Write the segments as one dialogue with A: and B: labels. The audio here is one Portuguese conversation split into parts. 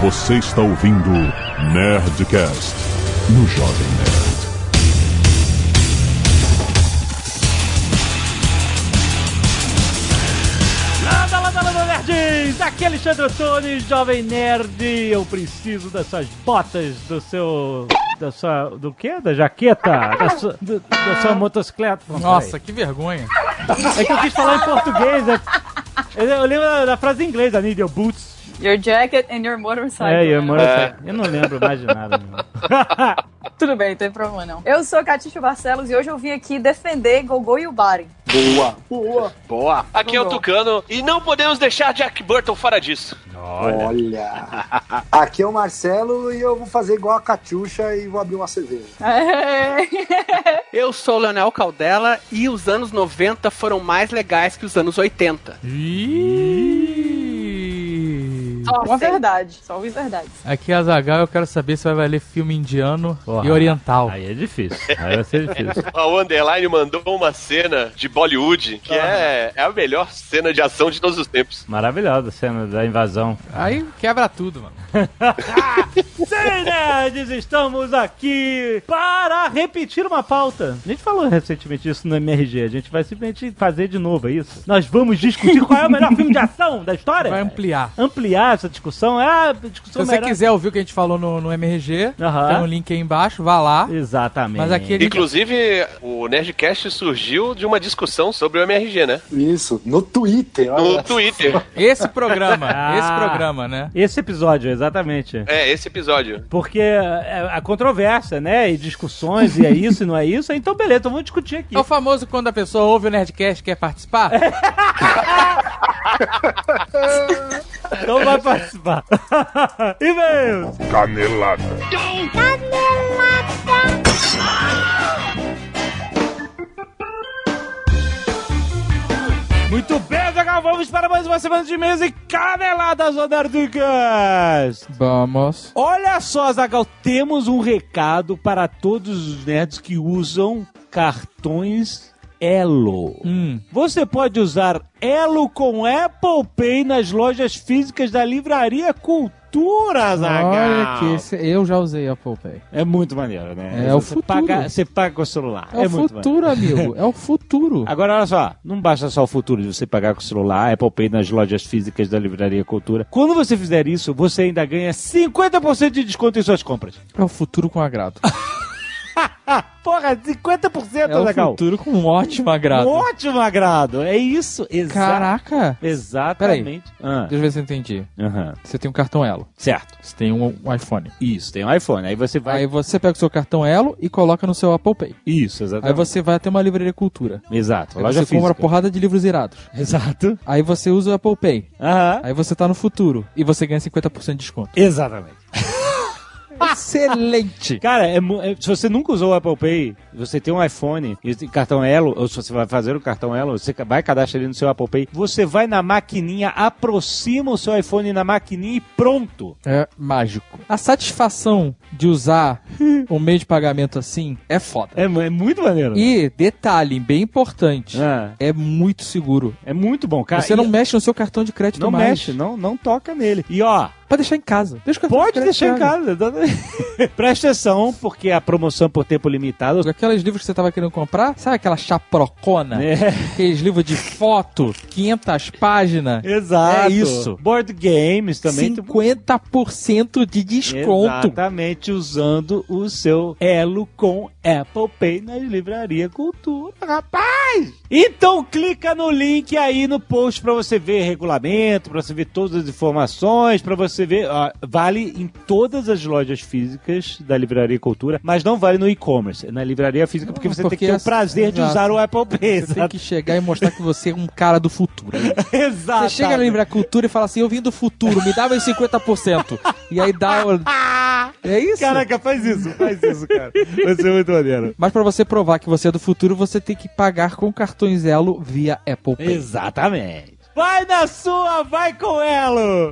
A: Você está ouvindo Nerdcast no Jovem Nerd.
B: Landa, landa, landa, nerds! Aqui é Alexandre Antônio, Jovem Nerd. Eu preciso dessas botas do seu... Da sua... Do quê? Da jaqueta? Da sua, do- da sua motocicleta. Não,
C: Nossa, que vergonha.
B: peraí. É que eu quis falar em português. né? Eu, eu lembro da, da frase em inglês, a need your boots.
D: Your jacket and your motorcycle.
B: É, eu, moro, eu não lembro mais de nada. Não.
D: Tudo bem, não tem problema não. Eu sou a Catixa Barcelos e hoje eu vim aqui defender Gogô e o Bari.
E: Boa.
F: Boa. Aqui é o Tucano e não podemos deixar Jack Burton fora disso.
E: Olha. Aqui é o Marcelo e eu vou fazer igual a Catiuxa e vou abrir uma cerveja.
G: Eu sou o Leonel Caldela e os anos 90 foram mais legais que os anos 80.
C: Ih.
D: Uma verdade, só uma verdade.
C: Aqui, Azagal, eu quero saber se vai valer filme indiano e oriental.
B: Aí é difícil. Aí vai ser difícil.
F: A Underline mandou uma cena de Bollywood que
C: Ah.
F: é, é a melhor cena de ação de todos os tempos.
B: Maravilhosa a cena da invasão.
C: Aí quebra tudo, mano.
B: Sim, nerds, estamos aqui para repetir uma pauta. A gente falou recentemente isso no MRG, a gente vai simplesmente fazer de novo, é isso? Nós vamos discutir qual é o melhor filme de ação da história?
C: Vai ampliar.
B: Ampliar essa discussão, é a discussão
C: Se você
B: melhor.
C: quiser ouvir o que a gente falou no, no MRG,
B: Aham.
C: tem um link aí embaixo, vá lá.
B: Exatamente.
C: Mas aqui ele...
F: Inclusive, o Nerdcast surgiu de uma discussão sobre o MRG, né?
E: Isso, no Twitter.
F: No
E: Olha.
F: Twitter.
C: Esse programa,
B: Ah.
C: esse programa, né?
B: Esse episódio, exatamente.
F: É, esse episódio.
B: Porque é, a controvérsia, né? E discussões, e é isso e não é isso. Então, beleza, então vamos discutir aqui.
C: É o famoso quando a pessoa ouve o Nerdcast e quer participar.
B: É. Então vai participar. E-mails!
A: Canelada.
B: Muito bem, Zagal, vamos para mais uma semana de mesa e caneladas nerdicas!
C: Vamos.
B: Olha só, Zagal, temos um recado para todos os nerds que usam cartões Elo.
C: Hum.
B: Você pode usar Elo com Apple Pay nas lojas físicas da Livraria Cultura, Zagal.
C: Olha que esse- eu já usei a Apple Pay.
B: É muito maneiro, né?
C: É o
B: você
C: futuro.
B: Paga, você paga com o celular.
C: É, o
B: muito maneiro.
C: futuro, amigo. É o futuro.
B: Agora, olha só, não basta só o futuro de você pagar com o celular, Apple Pay nas lojas físicas da Livraria Cultura. Quando você fizer isso, você ainda ganha 50% de desconto em suas compras.
C: É o futuro com agrado.
B: Ah, Porra, 50%
C: É o
B: legal.
C: futuro com um ótimo agrado.
B: Um ótimo agrado. É isso, exa
C: Caraca!
B: exatamente. Ah,
C: Deixa eu ver se eu entendi.
B: aham.
C: Você tem um cartão Elo.
B: Certo.
C: Você tem um, um iPhone.
B: Isso, tem um iPhone. Aí você vai.
C: Aí você pega o seu cartão Elo e coloca no seu Apple Pay.
B: Isso,
C: Aí
B: exatamente.
C: você vai até uma livraria cultura.
B: Exato,
C: Aí
B: loja
C: você
B: física.
C: compra porrada de livros irados.
B: Exato.
C: Aí você usa o Apple Pay.
B: Aham.
C: Aí você tá no futuro. E você ganha 50% de desconto.
B: Exatamente.
C: Excelente!
B: Cara, é mu- é- se você nunca usou o Apple Pay, você tem um iPhone e tem cartão Elo, ou se você vai fazer o cartão Elo, você ca- vai cadastrar ele no seu Apple Pay, você vai na maquininha, aproxima o seu iPhone na maquininha e pronto.
C: É mágico. A satisfação de usar um meio de pagamento assim é foda.
B: É, mu- é muito maneiro. né?
C: E detalhe bem importante,
B: Ah,
C: é muito seguro.
B: é muito bom, cara.
C: você
B: E-
C: não mexe no seu cartão de crédito
B: não
C: mais.
B: mexe, não, não toca nele. E ó,
C: Pode deixar em casa. Deixa o cartão de
B: pode
C: crédito
B: deixar em casa. Presta atenção, porque a promoção por tempo limitado.
C: Aqueles livros que você tava querendo comprar, sabe aquela chaprocona?
B: É,
C: Aqueles livros de foto, 500 páginas.
B: exato.
C: É isso.
B: Board games também.
C: 50% de desconto.
B: Exatamente, usando o seu elo com Apple Pay na Livraria Cultura, rapaz! Então clica no link aí no post pra você ver regulamento, pra você ver todas as informações, pra você ver, ó, vale em todas as lojas físicas da Livraria Cultura, mas não vale no e-commerce, é na livraria física, porque
C: Não,
B: você
C: Ah, porque
B: tem que ter o
C: essa-
B: prazer de
C: Exato.
B: usar o Apple Pay.
C: Você tem que chegar e mostrar que você é um cara do futuro. né?
B: Exato.
C: Você chega na Livraria Cultura e fala assim: Eu vim do futuro, me dá meus 50%. e aí dá. o- É isso.
B: Caraca, faz isso, faz isso, cara. Vai ser muito maneiro.
C: Mas pra você provar que você é do futuro, você tem que pagar com cartões Elo via Apple Pay.
B: Exatamente. Vai na sua, vai com ela!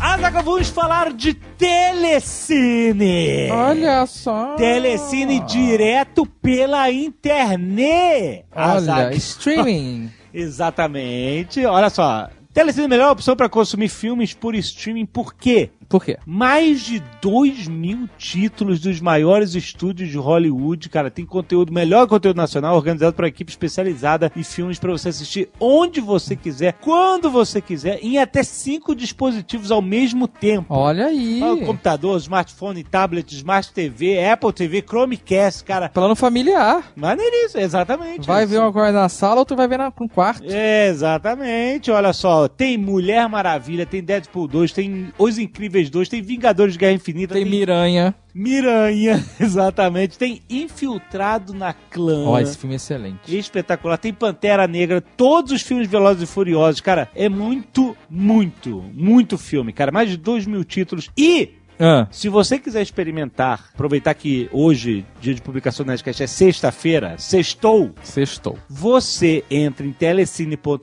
B: Agora vamos falar de Telecine.
C: Olha É só.
B: Telecine direto pela internet.
C: Olha,
B: Azaghal.
C: streaming.
B: Exatamente. Olha só, Telecine é a melhor opção para consumir filmes por streaming, por quê?
H: Por quê?
B: Mais de 2 mil títulos dos maiores estúdios de Hollywood, cara. Tem conteúdo, melhor conteúdo nacional, organizado por equipe especializada e filmes pra você assistir onde você quiser, quando você quiser, em até cinco dispositivos ao mesmo tempo.
H: Olha aí.
B: Ah, Computador, smartphone, tablet, smart TV, Apple TV, Chromecast, cara.
H: Plano familiar.
B: Maneiríssimo, exatamente.
H: Vai ver uma coisa na sala, outro vai ver na, no quarto.
B: Exatamente, olha só, tem Mulher Maravilha, tem Deadpool 2, tem Os Incríveis 2, tem Vingadores de Guerra Infinita,
H: Tem Miranha.
B: Miranha, exatamente, tem Infiltrado na Clã.
H: Ó, esse filme é excelente.
B: Espetacular, tem Pantera Negra, todos os filmes Velozes e Furiosos, cara, é muito, muito, muito filme, cara, mais de 2 mil títulos e
H: Ah,
B: se você quiser experimentar, aproveitar que hoje, dia de publicação do Nerdcast, é sexta-feira, sextou,
H: sextou.
B: você entra em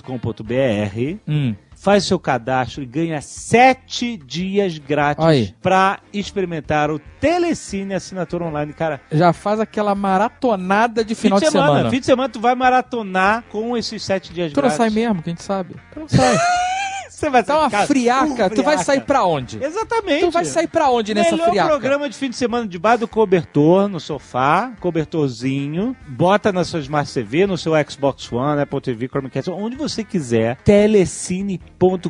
B: telecine.com.br,
H: Hum.
B: faz seu cadastro e ganha sete dias grátis
H: Aí.
B: pra experimentar o Telecine Assinatura Online, cara.
H: Já faz aquela maratonada de final
B: fim
H: de semana.
B: Fim de semana tu vai maratonar com esses sete dias
H: Tu não
B: grátis.
H: sai mesmo, que a gente sabe. Tu não sai.
B: Você vai sair
H: Tá uma
B: de casa?
H: friaca.
B: Uh,
H: Tu vai sair pra onde?
B: Exatamente.
H: Tu Então vai sair pra onde nessa
B: Melhor
H: friaca?
B: programa de fim de semana debaixo do cobertor, no sofá, cobertorzinho, bota na sua Smart TV, no seu Xbox One, Apple TV, Chromecast, onde você quiser, telecine.com.br,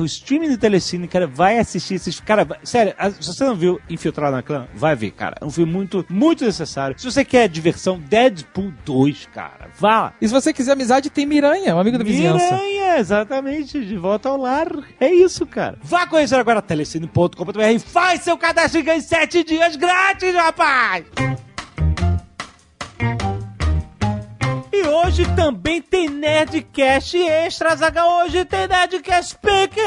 B: o streaming do Telecine, cara, vai assistir esses, cara, vai- sério, a- se você não viu Infiltrado na Clã, vai ver, cara, é um filme muito, muito necessário. Se você quer diversão, Deadpool 2, cara, vá lá.
H: E se você quiser amizade, tem Miranha, um amigo da vizinhança.
B: Miranha, exatamente, de volta ao lar. É isso, cara. Vá conhecer agora telecine.com.br e faz seu cadastro e ganhe 7 dias grátis, rapaz! E hoje também tem Nerdcast Extras, H. Hoje tem Nerdcast Speak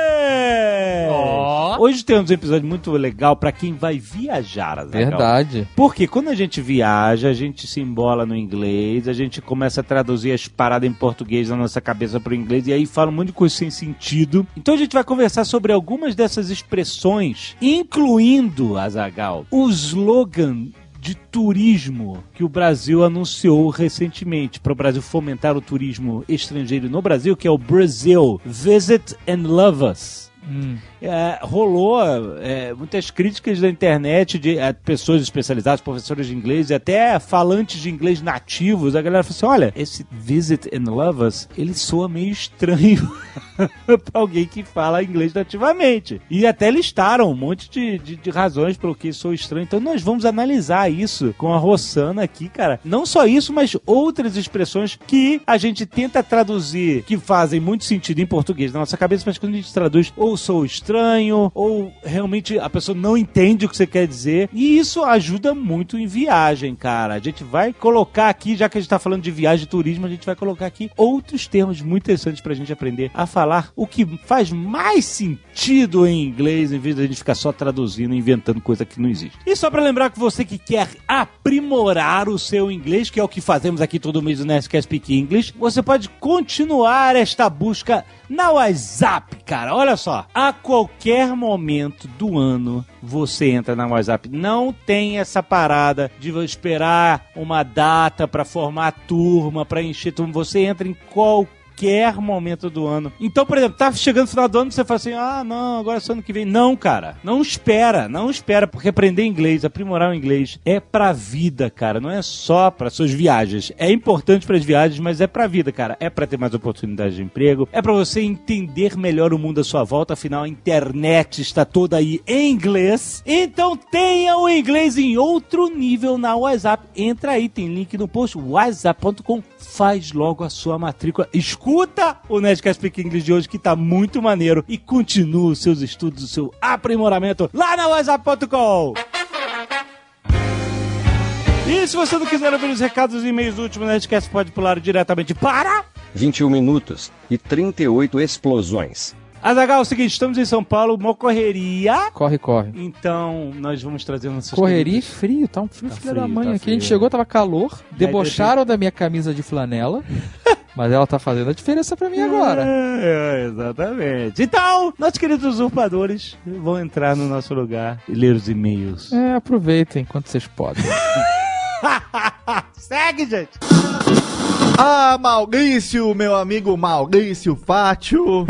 B: English!
H: Ó.
B: Hoje temos um episódio muito legal pra quem vai viajar, Azaghal.
H: Verdade.
B: Porque quando a gente viaja, a gente se embola no inglês, a gente começa a traduzir as paradas em português na nossa cabeça pro inglês, e aí fala um monte de coisa sem sentido. Então a gente vai conversar sobre algumas dessas expressões, incluindo, Azagal, o slogan de turismo que o Brasil anunciou recentemente para o Brasil fomentar o turismo estrangeiro no Brasil, que é o Brasil Visit and Love Us.
H: Hum.
B: É, rolou é, muitas críticas da internet de é, pessoas especializadas, professores de inglês e até falantes de inglês nativos. A galera falou assim: olha, esse Visit and Love Us, ele soa meio estranho pra alguém que fala inglês nativamente. E até listaram um monte de, de, de razões pelo que soa estranho. Então nós vamos analisar isso com a Rossana aqui, cara. Não só isso, mas outras expressões que a gente tenta traduzir, que fazem muito sentido em português na nossa cabeça, mas quando a gente traduz ou sou estranho, ou realmente a pessoa não entende o que você quer dizer. E isso ajuda muito em viagem, cara. A gente vai colocar aqui, já que a gente tá falando de viagem e turismo, a gente vai colocar aqui outros termos muito interessantes pra gente aprender a falar o que faz mais sentido em inglês, em vez de a gente ficar só traduzindo e inventando coisa que não existe. E só pra lembrar que você que quer aprimorar o seu inglês, que é o que fazemos aqui todo mês do Nerdcast Speak English, você pode continuar esta busca na WhatsApp, cara. Olha só, a qualquer momento do ano você entra na WhatsApp. Não tem essa parada de esperar uma data pra formar a turma, pra encher turma. Você entra em qualquer qualquer momento do ano. Então, por exemplo, tá chegando o final do ano, você fala assim, ah, não, agora é só ano que vem. Não, cara, não espera, não espera, porque aprender inglês, aprimorar o inglês é pra vida, cara, não é só pra suas viagens. É importante pras viagens, mas é pra vida, cara. É pra ter mais oportunidades de emprego, é pra você entender melhor o mundo à sua volta, afinal a internet está toda aí em inglês. Então tenha o inglês em outro nível na WhatsApp. Entra aí, tem link no post, whatsapp.com faz logo a sua matrícula. Escuta o Nerdcast Speak English de hoje, que tá muito maneiro. E continua os seus estudos, o seu aprimoramento lá na WhatsApp.com. E se você não quiser ouvir os recados e e-mails do último Nerdcast, pode pular diretamente para...
I: 21 minutos e 38 explosões.
B: Azagal, é o seguinte, estamos em São Paulo, uma correria.
H: Corre, corre.
B: Então, nós vamos trazer nossas...
H: Correria e frio, tá um frio,
B: Tá
H: filha
B: frio,
H: da mãe
B: tá
H: aqui. A gente
B: frio.
H: chegou, tava calor,
B: Vai
H: debocharam da minha camisa de flanela, mas ela tá fazendo a diferença pra mim agora.
B: É, é, exatamente. Então, nossos queridos usurpadores vão entrar no nosso lugar e ler os e-mails.
H: É, aproveitem enquanto vocês podem.
B: Segue, gente!
J: Ah, Maurício, meu amigo Maurício Fátio.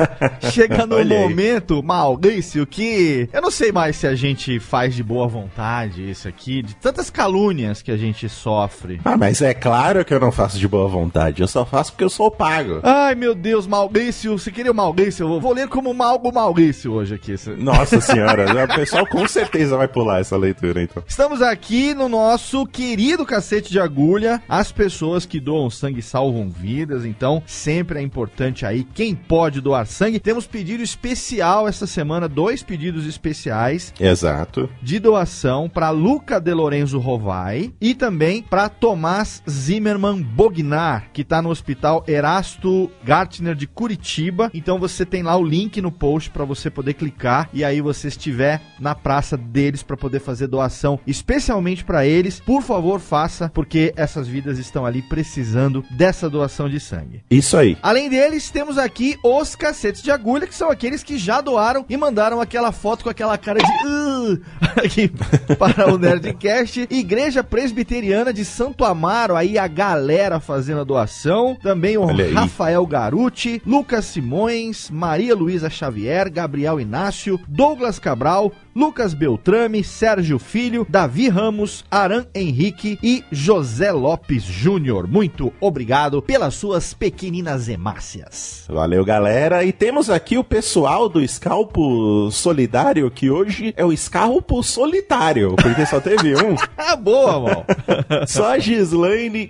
J: Chega no
K: Olha aí.
J: momento, Maurício, que eu não sei mais se a gente faz de boa vontade isso aqui, de tantas calúnias que a gente sofre.
K: Ah, mas é claro que eu não faço de boa vontade. Eu só faço porque eu sou pago.
J: Ai, meu Deus, Maurício, se queria o Maurício, eu vou- vou ler como Malgo Maurício hoje aqui. esse-
K: Nossa senhora, o pessoal com certeza vai pular essa leitura, então.
J: Estamos aqui no nosso querido cacete de agulha. As pessoas que doam sangue salvam vidas, então sempre é importante aí quem pode doar sangue. Temos pedido especial essa semana, dois pedidos especiais
K: Exato.
J: de doação para Luca de Lorenzo Rovai e também para Tomás Zimmermann Bognar, que está no Hospital Erasto Gartner de Curitiba. Então você tem lá o link no post para você poder clicar e aí você estiver na praça deles para poder fazer doação especialmente para eles. Por favor, faça, porque essas vidas estão ali precisando dessa doação de sangue.
K: Isso aí.
J: Além deles, temos aqui os cacetes de agulha, que são aqueles que já doaram e mandaram aquela foto com aquela cara de. "Ugh", aqui para o Nerdcast. Igreja Presbiteriana de Santo Amaro, aí a galera fazendo a doação. Também o
K: Olha aí.
J: Rafael Garuti, Lucas Simões, Maria Luísa Xavier, Gabriel Inácio, Douglas Cabral, Lucas Beltrame, Sérgio Filho, Davi Ramos, Aran Henrique e José Lopes Júnior. Muito obrigado pelas suas pequeninas hemácias.
K: Valeu, galera. E temos aqui o pessoal do Scalpo Solidário, que hoje é o Scalpo Solitário, porque só teve um.
J: Ah, boa, mal.
K: Só a Gislaine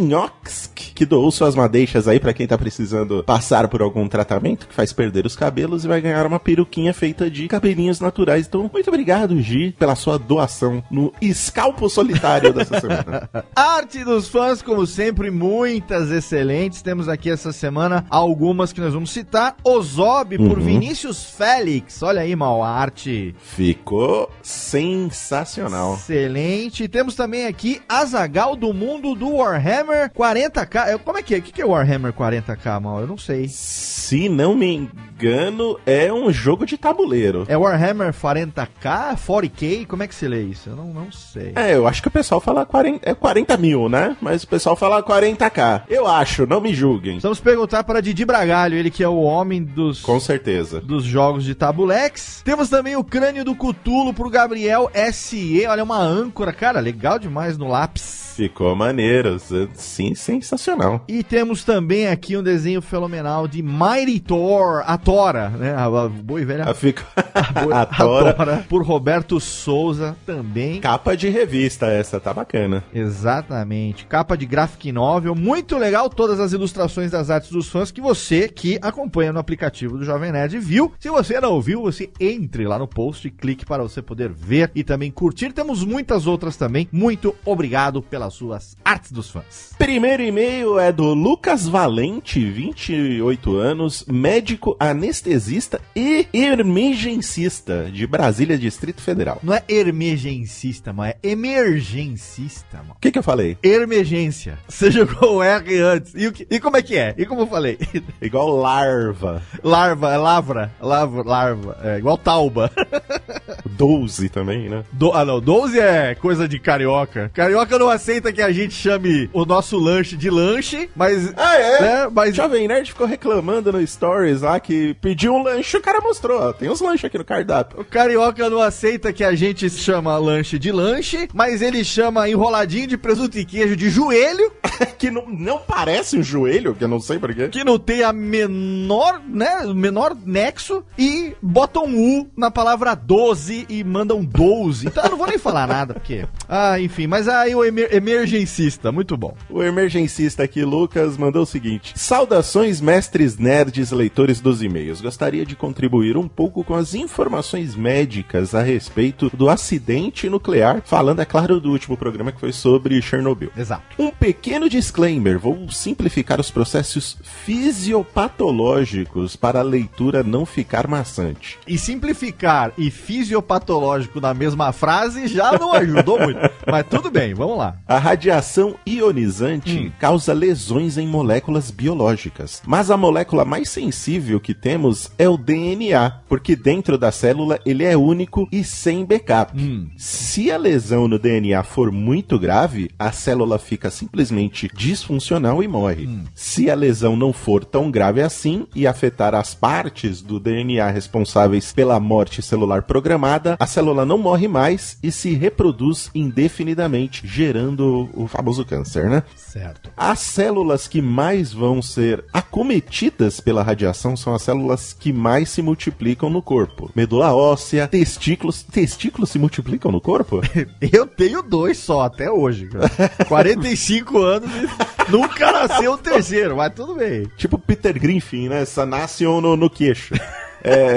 K: Kozenoksk, que doou suas madeixas aí pra quem tá precisando passar por algum tratamento que faz perder os cabelos e vai ganhar uma peruquinha feita de cabelinhos naturais. Então, muito obrigado, Gi, pela sua doação no Escalpo Solitário dessa semana.
J: Arte dos fãs, como sempre, muitas excelentes. Temos aqui essa semana algumas que nós vamos citar. Ozob por
K: Uhum.
J: Vinícius Félix. Olha aí, mal, a arte
K: Ficou sensacional.
J: Excelente. Temos também aqui Azagal do mundo do Warhammer 40k. É, Como é que é? O que que é Warhammer 40k, mal? Eu não sei.
K: Se não me engano, é um jogo de tabuleiro.
J: É Warhammer 40k? 40k? Como é que se lê isso? Eu não, não sei.
K: É, eu acho que o pessoal fala 40, é 40 mil, né? Mas o pessoal fala 40k. Eu acho, não me julguem.
J: Vamos perguntar para Didi Bragalho, ele que é o homem dos.
K: Com certeza.
J: dos jogos de tabulex. Temos também o crânio do Cutulo pro Gabriel SE. Olha, uma âncora, cara, legal demais no lápis.
K: Ficou maneiro. Sim, sensacional.
J: E temos também aqui um desenho fenomenal de Mighty Thor, a Tora, né? A, a boa e velha
K: Ah, Ficou...
J: Boa-
K: a Tora.
J: por Roberto Souza também.
K: Capa de revista essa, tá bacana.
J: Exatamente. Capa de graphic novel, muito legal todas as ilustrações das artes dos fãs que você que acompanha no aplicativo do Jovem Nerd viu. Se você não viu, você entre lá no post e clique para você poder ver e também curtir. Temos muitas outras também. Muito obrigado pelas suas artes dos fãs.
K: Primeiro e-mail é do Lucas Valente, 28 anos, médico anestesista e emergencista de Brasília, Distrito Federal.
J: Não é emergencista, mas é emergencista, mano.
K: O que, que eu falei?
J: Emergência. Você jogou o R antes. E, o que- e como é que é? E como eu falei?
K: Igual larva.
J: Larva, é lavra, lavra, larva, é igual tauba.
K: 12 também, né?
J: Do- ah não, 12 é coisa de carioca. Carioca não aceita que a gente chame o nosso lanche de lanche, mas...
K: Ah, é?
J: né,
K: O
J: mas
K: Jovem Nerd ficou reclamando no Stories lá que pediu um lanche o cara mostrou. ó, Tem uns lanches aqui no cardápio.
J: o carioca não aceita que a gente chama lanche de lanche, mas ele chama enroladinho de presunto e queijo de joelho,
K: Que não, não parece um joelho, que eu não sei porquê.
J: que não tem a menor, né, o menor nexo, e bota um U na palavra 12 e manda um 12. Então eu não vou nem falar nada, porque... Ah, enfim, mas aí o emer- emergencista, muito bom.
K: O emergencista aqui, Lucas, mandou o seguinte: Saudações, mestres nerds, leitores dos e-mails. Gostaria de contribuir um pouco com as informações médicas a respeito do acidente nuclear, falando, é claro, do último programa que foi sobre Chernobyl.
J: Exato.
K: Um pequeno disclaimer: vou simplificar os processos fisiopatológicos para a leitura não ficar maçante.
J: E simplificar e patológico na mesma frase já não ajudou muito. Mas tudo bem, vamos lá. Hum.
K: A radiação ionizante causa lesões em moléculas biológicas. Mas a molécula mais sensível que temos é o DNA, porque dentro da célula ele é único e sem backup.
J: Hum.
K: Se a lesão no DNA for muito grave, a célula fica simplesmente disfuncional e morre. Se a lesão não for tão grave assim e afetar as partes do DNA responsáveis pela morte celular programada, a célula não morre mais e se reproduz indefinidamente, gerando o famoso câncer, né?
J: Certo.
K: As células que mais vão ser acometidas pela radiação são as células que mais se multiplicam no corpo. Medula óssea, testículos. Testículos se multiplicam no corpo?
J: Eu tenho dois só até hoje, cara. 45 anos e nunca nasceu o terceiro, mas tudo bem.
K: tipo Peter Griffin, né? Sanacion no, no queixo. É,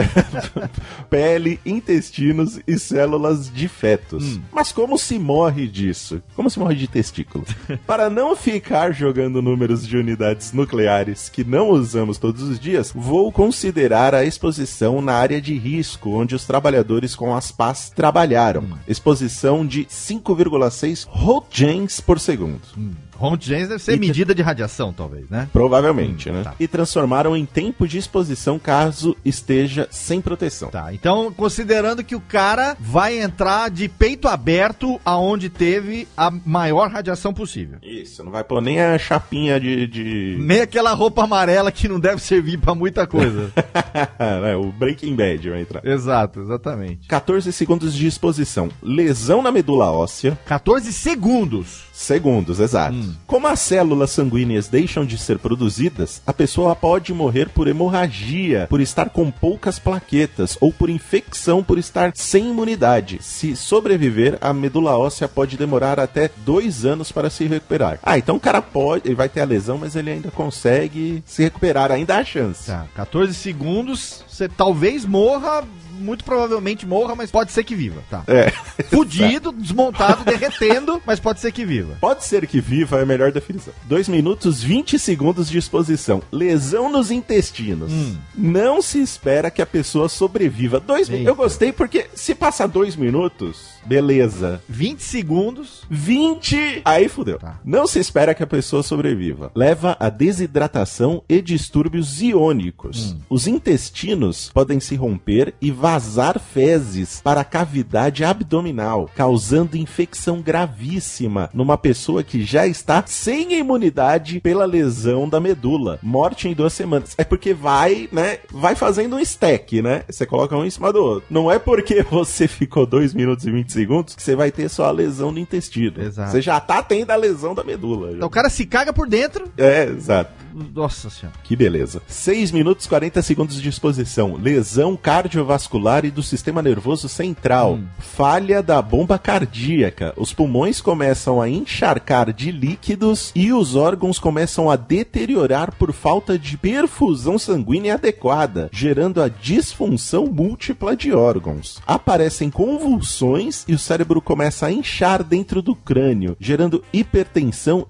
K: pele, intestinos e células de fetos. Mas como se morre disso? Como se morre de testículo? Para não ficar jogando números de unidades nucleares que não usamos todos os dias, vou considerar a exposição na área de risco, onde os trabalhadores com as pás trabalharam. Exposição de 5,6 Rotgens por segundo.
J: Ron James deve ser medida de radiação, talvez, né?
K: Provavelmente, né?
J: tá.
K: E transformaram em tempo de exposição caso esteja sem proteção.
J: Tá, então considerando que o cara vai entrar de peito aberto aonde teve a maior radiação possível.
K: Isso, não vai pôr nem a chapinha de. de...
J: Nem aquela roupa amarela que não deve servir pra muita coisa.
K: Né, o Breaking Bad vai entrar.
J: Exato, exatamente.
K: 14 segundos de exposição. Lesão na medula óssea.
J: 14 segundos. Hum.
K: Segundos, exato. Como as células sanguíneas deixam de ser produzidas, a pessoa pode morrer por hemorragia, por estar com poucas plaquetas ou por infecção por estar sem imunidade. Se sobreviver, a medula óssea pode demorar até dois anos para se recuperar. Ah, então o cara pode, ele vai ter a lesão, mas ele ainda consegue se recuperar, ainda há chance.
J: Tá, 14 segundos, você talvez morra, muito provavelmente morra, mas pode ser que viva, tá?
K: É.
J: Fudido, desmontado, derretendo, mas pode ser que viva.
K: Pode ser que viva, é a melhor definição. 2 minutos 20 segundos de exposição. Lesão nos intestinos.
J: Hum.
K: Não se espera que a pessoa sobreviva. Dois mi-
J: Eita.
K: Eu gostei porque se passar dois minutos, beleza.
J: 20 segundos.
K: 20. Aí fudeu.
J: Tá.
K: Não se espera que a pessoa sobreviva. Leva a desidratação e distúrbios iônicos.
J: Hum.
K: Os intestinos podem se romper e vazar fezes para a cavidade abdominal, causando infecção gravíssima numa pessoa que já está sem imunidade pela lesão da medula. Morte em duas semanas. É porque vai, né? Vai fazendo um stack, né? Você coloca um em cima do outro. Não é porque você ficou 2 minutos e 20 segundos que você vai ter só a lesão no intestino.
J: Exato.
K: Você já tá tendo a lesão da medula. já.
J: Então o cara se caga por dentro.
K: É, exato.
J: Nossa senhora.
K: Que beleza. 6 minutos e 40 segundos de exposição. Lesão cardiovascular e do sistema nervoso central. Falha da bomba cardíaca. Os pulmões começam a encharcar de líquidos e os órgãos começam a deteriorar por falta de perfusão sanguínea adequada, gerando a disfunção múltipla de órgãos. Aparecem convulsões e o cérebro começa a inchar dentro do crânio, gerando hipertensão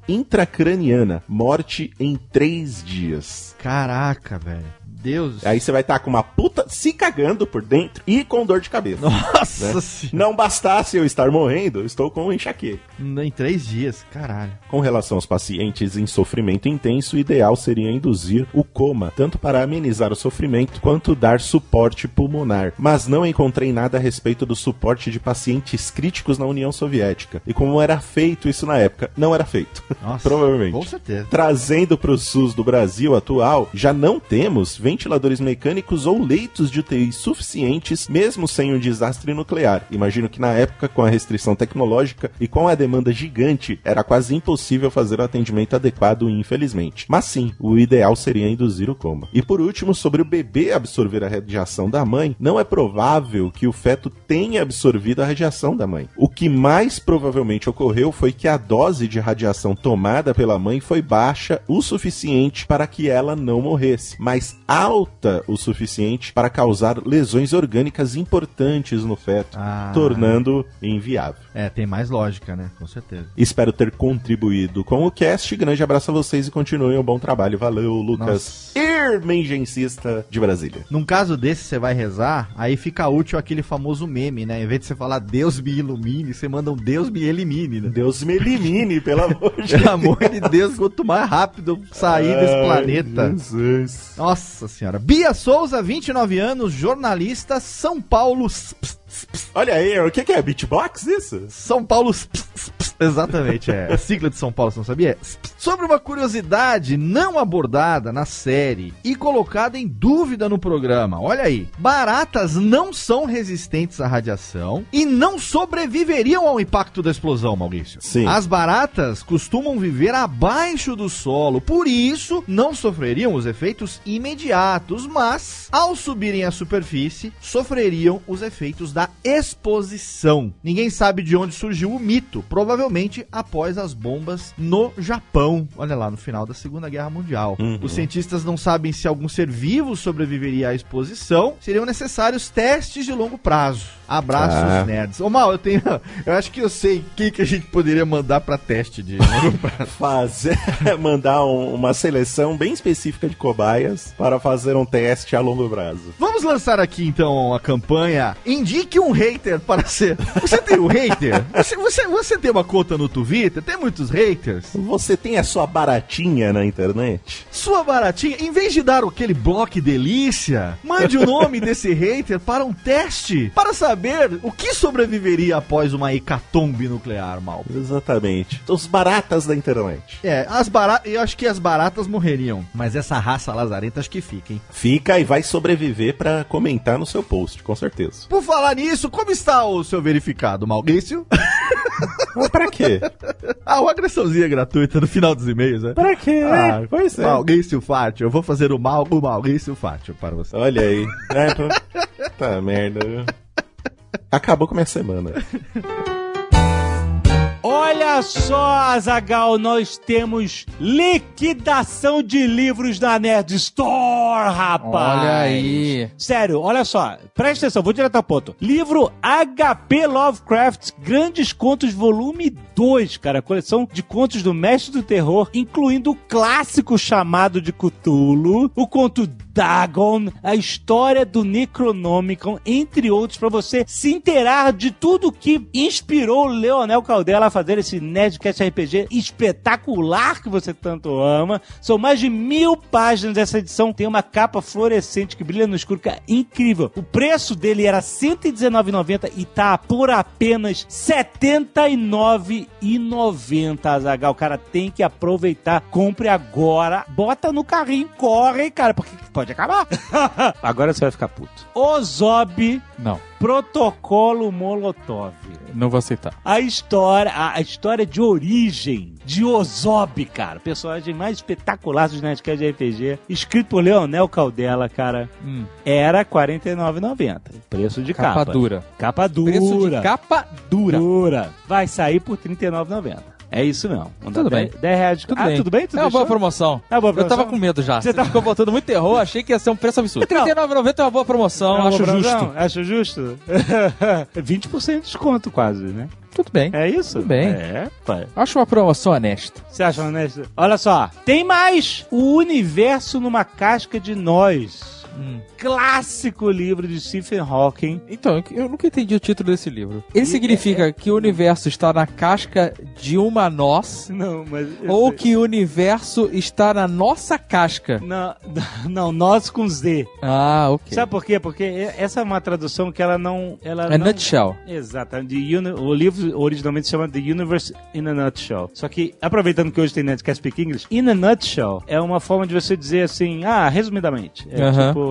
K: intracraniana. Morte em 3 dias.
J: Caraca, velho. Deus.
K: Aí você vai estar com uma puta se cagando por dentro e com dor de cabeça. né?
J: Nossa senhora.
K: Não bastasse eu estar morrendo, eu estou com um enxaqueca.
J: Em três dias, caralho.
K: Com relação aos pacientes em sofrimento intenso, o ideal seria induzir o coma, tanto para amenizar o sofrimento quanto dar suporte pulmonar. Mas não encontrei nada a respeito do suporte de pacientes críticos na União Soviética. E como era feito isso na época? Não era feito.
J: Nossa.
K: Provavelmente.
J: Com certeza.
K: Trazendo para o SUS do Brasil atual, já não temos ventiladores mecânicos ou leitos de UTI suficientes, mesmo sem um desastre nuclear. Imagino que na época, com a restrição tecnológica e com a demanda gigante, era quase impossível fazer o atendimento adequado, infelizmente. Mas sim, o ideal seria induzir o coma. E por último, sobre o bebê absorver a radiação da mãe, não é provável que o feto tenha absorvido a radiação da mãe. O que mais provavelmente ocorreu foi que a dose de radiação tomada pela mãe foi baixa o suficiente para que ela não morresse, mas a alta o suficiente para causar lesões orgânicas importantes no feto,
J: Ah.
K: tornando inviável.
J: É, tem mais lógica, né? Com certeza.
K: Espero ter contribuído com o cast. Grande abraço a vocês e continuem o bom trabalho. Valeu, Lucas.
J: Nossa.
K: Irmengencista de Brasília.
J: Num caso desse, você vai rezar, aí fica útil aquele famoso meme, né? Em vez de você falar Deus me ilumine, você manda um Deus me elimine, né?
K: Deus me elimine, pelo amor de
J: Pelo amor de Deus, quanto mais rápido eu sair desse
K: Ai,
J: planeta.
K: Jesus.
J: Nossa senhora. Bia Souza, 29 anos, jornalista, São Paulo. s- ps-
K: Olha aí, o que, que é? Beatbox isso?
J: São Paulo. s- ps- s- ps- Exatamente, é. A sigla de São Paulo, você não sabia? S- ps- Sobre uma curiosidade não abordada na série e colocada em dúvida no programa. Olha aí. Baratas não são resistentes à radiação e não sobreviveriam ao impacto da explosão, Maurício.
K: Sim.
J: As baratas costumam viver abaixo do solo, por isso não sofreriam os efeitos imediatos, mas ao subirem à superfície, sofreriam os efeitos da exposição. Ninguém sabe de onde surgiu o mito, provavelmente após as bombas no Japão. Olha lá, no final da Segunda Guerra Mundial.
K: Uhum.
J: Os cientistas não sabem se algum ser vivo sobreviveria à exposição. Seriam necessários testes de longo prazo. Abraços,
K: Ah.
J: nerds. Ô, Mal, eu tenho. Eu acho que eu sei quem que a gente poderia mandar pra teste de.
K: Fazer, mandar um- uma seleção bem específica de cobaias para fazer um teste a longo prazo.
J: Vamos lançar aqui então a campanha. Indique um hater para ser. Você tem um hater? Você, você, você tem uma conta no Twitter? Tem muitos haters?
K: Você tem a sua baratinha na internet?
J: Sua baratinha, em vez de dar aquele bloco delícia, mande o nome desse hater para um teste para saber o que sobreviveria após uma hecatombe nuclear, mal.
K: Exatamente. Os baratas da internet.
J: É, as baratas. Eu acho que as baratas morreriam. Mas essa raça lazarenta acho que fica, hein?
K: Fica e vai sobreviver para comentar no seu post, com certeza.
J: Por falar nisso, como está o seu verificado, Maurício?
K: Mas pra quê?
J: ah, uma agressãozinha gratuita no final dos e-mails, né?
K: pra quê?
J: Ah,
K: pois é.
J: Maurício Fátio, eu vou fazer o mal o Maurício Fátio para você.
K: Olha aí. É, pô. tá merda. viu? Acabou com a minha semana.
B: Olha só, Azagal, nós temos liquidação de livros na Nerd Store, rapaz!
H: Olha aí.
B: Sério, olha só, presta atenção, vou direto ao ponto. Livro HP Lovecraft, Grandes Contos, volume 2, cara. Coleção de contos do mestre do terror, incluindo o clássico chamado de Cthulhu, o conto Dagon, a história do Necronomicon, entre outros, pra você se inteirar de tudo que inspirou o Leonel Caldela a fazer esse Nerdcast RPG espetacular que você tanto ama. São mais de mil páginas dessa edição, tem uma capa fluorescente que brilha no escuro, que é incrível. O preço dele era R$ 119,90 e tá por apenas R$ 79,90, Azagal. O cara tem que aproveitar, compre agora, bota no carrinho, corre, cara, porque pode acabar. Ah,
H: Agora você vai ficar puto.
B: Ozob
H: Não,
B: Protocolo Molotov.
H: não vou aceitar.
B: A história, a, a história de origem de Ozob, cara. O personagem mais espetacular dos Nerdcast de RPG. Escrito por Leonel Caldela, cara.
H: Hum.
B: Era R$ 49,90. Preço de capa.
H: Capa dura.
B: Capa dura.
H: Preço de capa dura.
B: dura. Vai sair por R$ 39,90. É isso mesmo.
H: Tudo bem.
B: 10 reais de
H: Tudo
B: ah,
H: bem.
B: tudo bem? Tu
H: é uma boa
B: deixou?
H: promoção.
B: É uma boa
H: Eu tava
B: promoção?
H: com medo já.
B: Você
H: Você
B: tá-
H: ficou botando muito terror, achei que ia ser um preço absurdo.
B: Não.
H: R$39,90 é uma boa promoção,
B: É uma
H: acho
B: boa promoção?
H: justo.
B: Acho justo. 20% de desconto quase, né?
H: Tudo bem.
B: É isso?
H: Tudo bem.
B: É, pai.
H: Acho uma promoção honesta.
B: Você acha honesto? Olha só, tem mais! O Universo numa Casca de Nós.
H: Hum.
B: Clássico livro de Stephen Hawking.
H: Então, eu- eu nunca entendi o título desse livro. Ele significa que o universo está na casca de uma noz
B: Não, mas. eu
H: ou
B: sei.
H: que o universo está na nossa casca?
B: Não, não, nós com Z.
H: Ah, ok.
B: Sabe por quê? Porque é- essa é uma tradução que ela não. Ela
H: É
B: não...
H: Nutshell.
B: Exatamente. The Uni- O livro originalmente se chama The Universe in a Nutshell. Só que, aproveitando que hoje tem Nerdcast Speak English, In a Nutshell é uma forma de você dizer assim, ah, resumidamente. É
H: Aham.
B: tipo,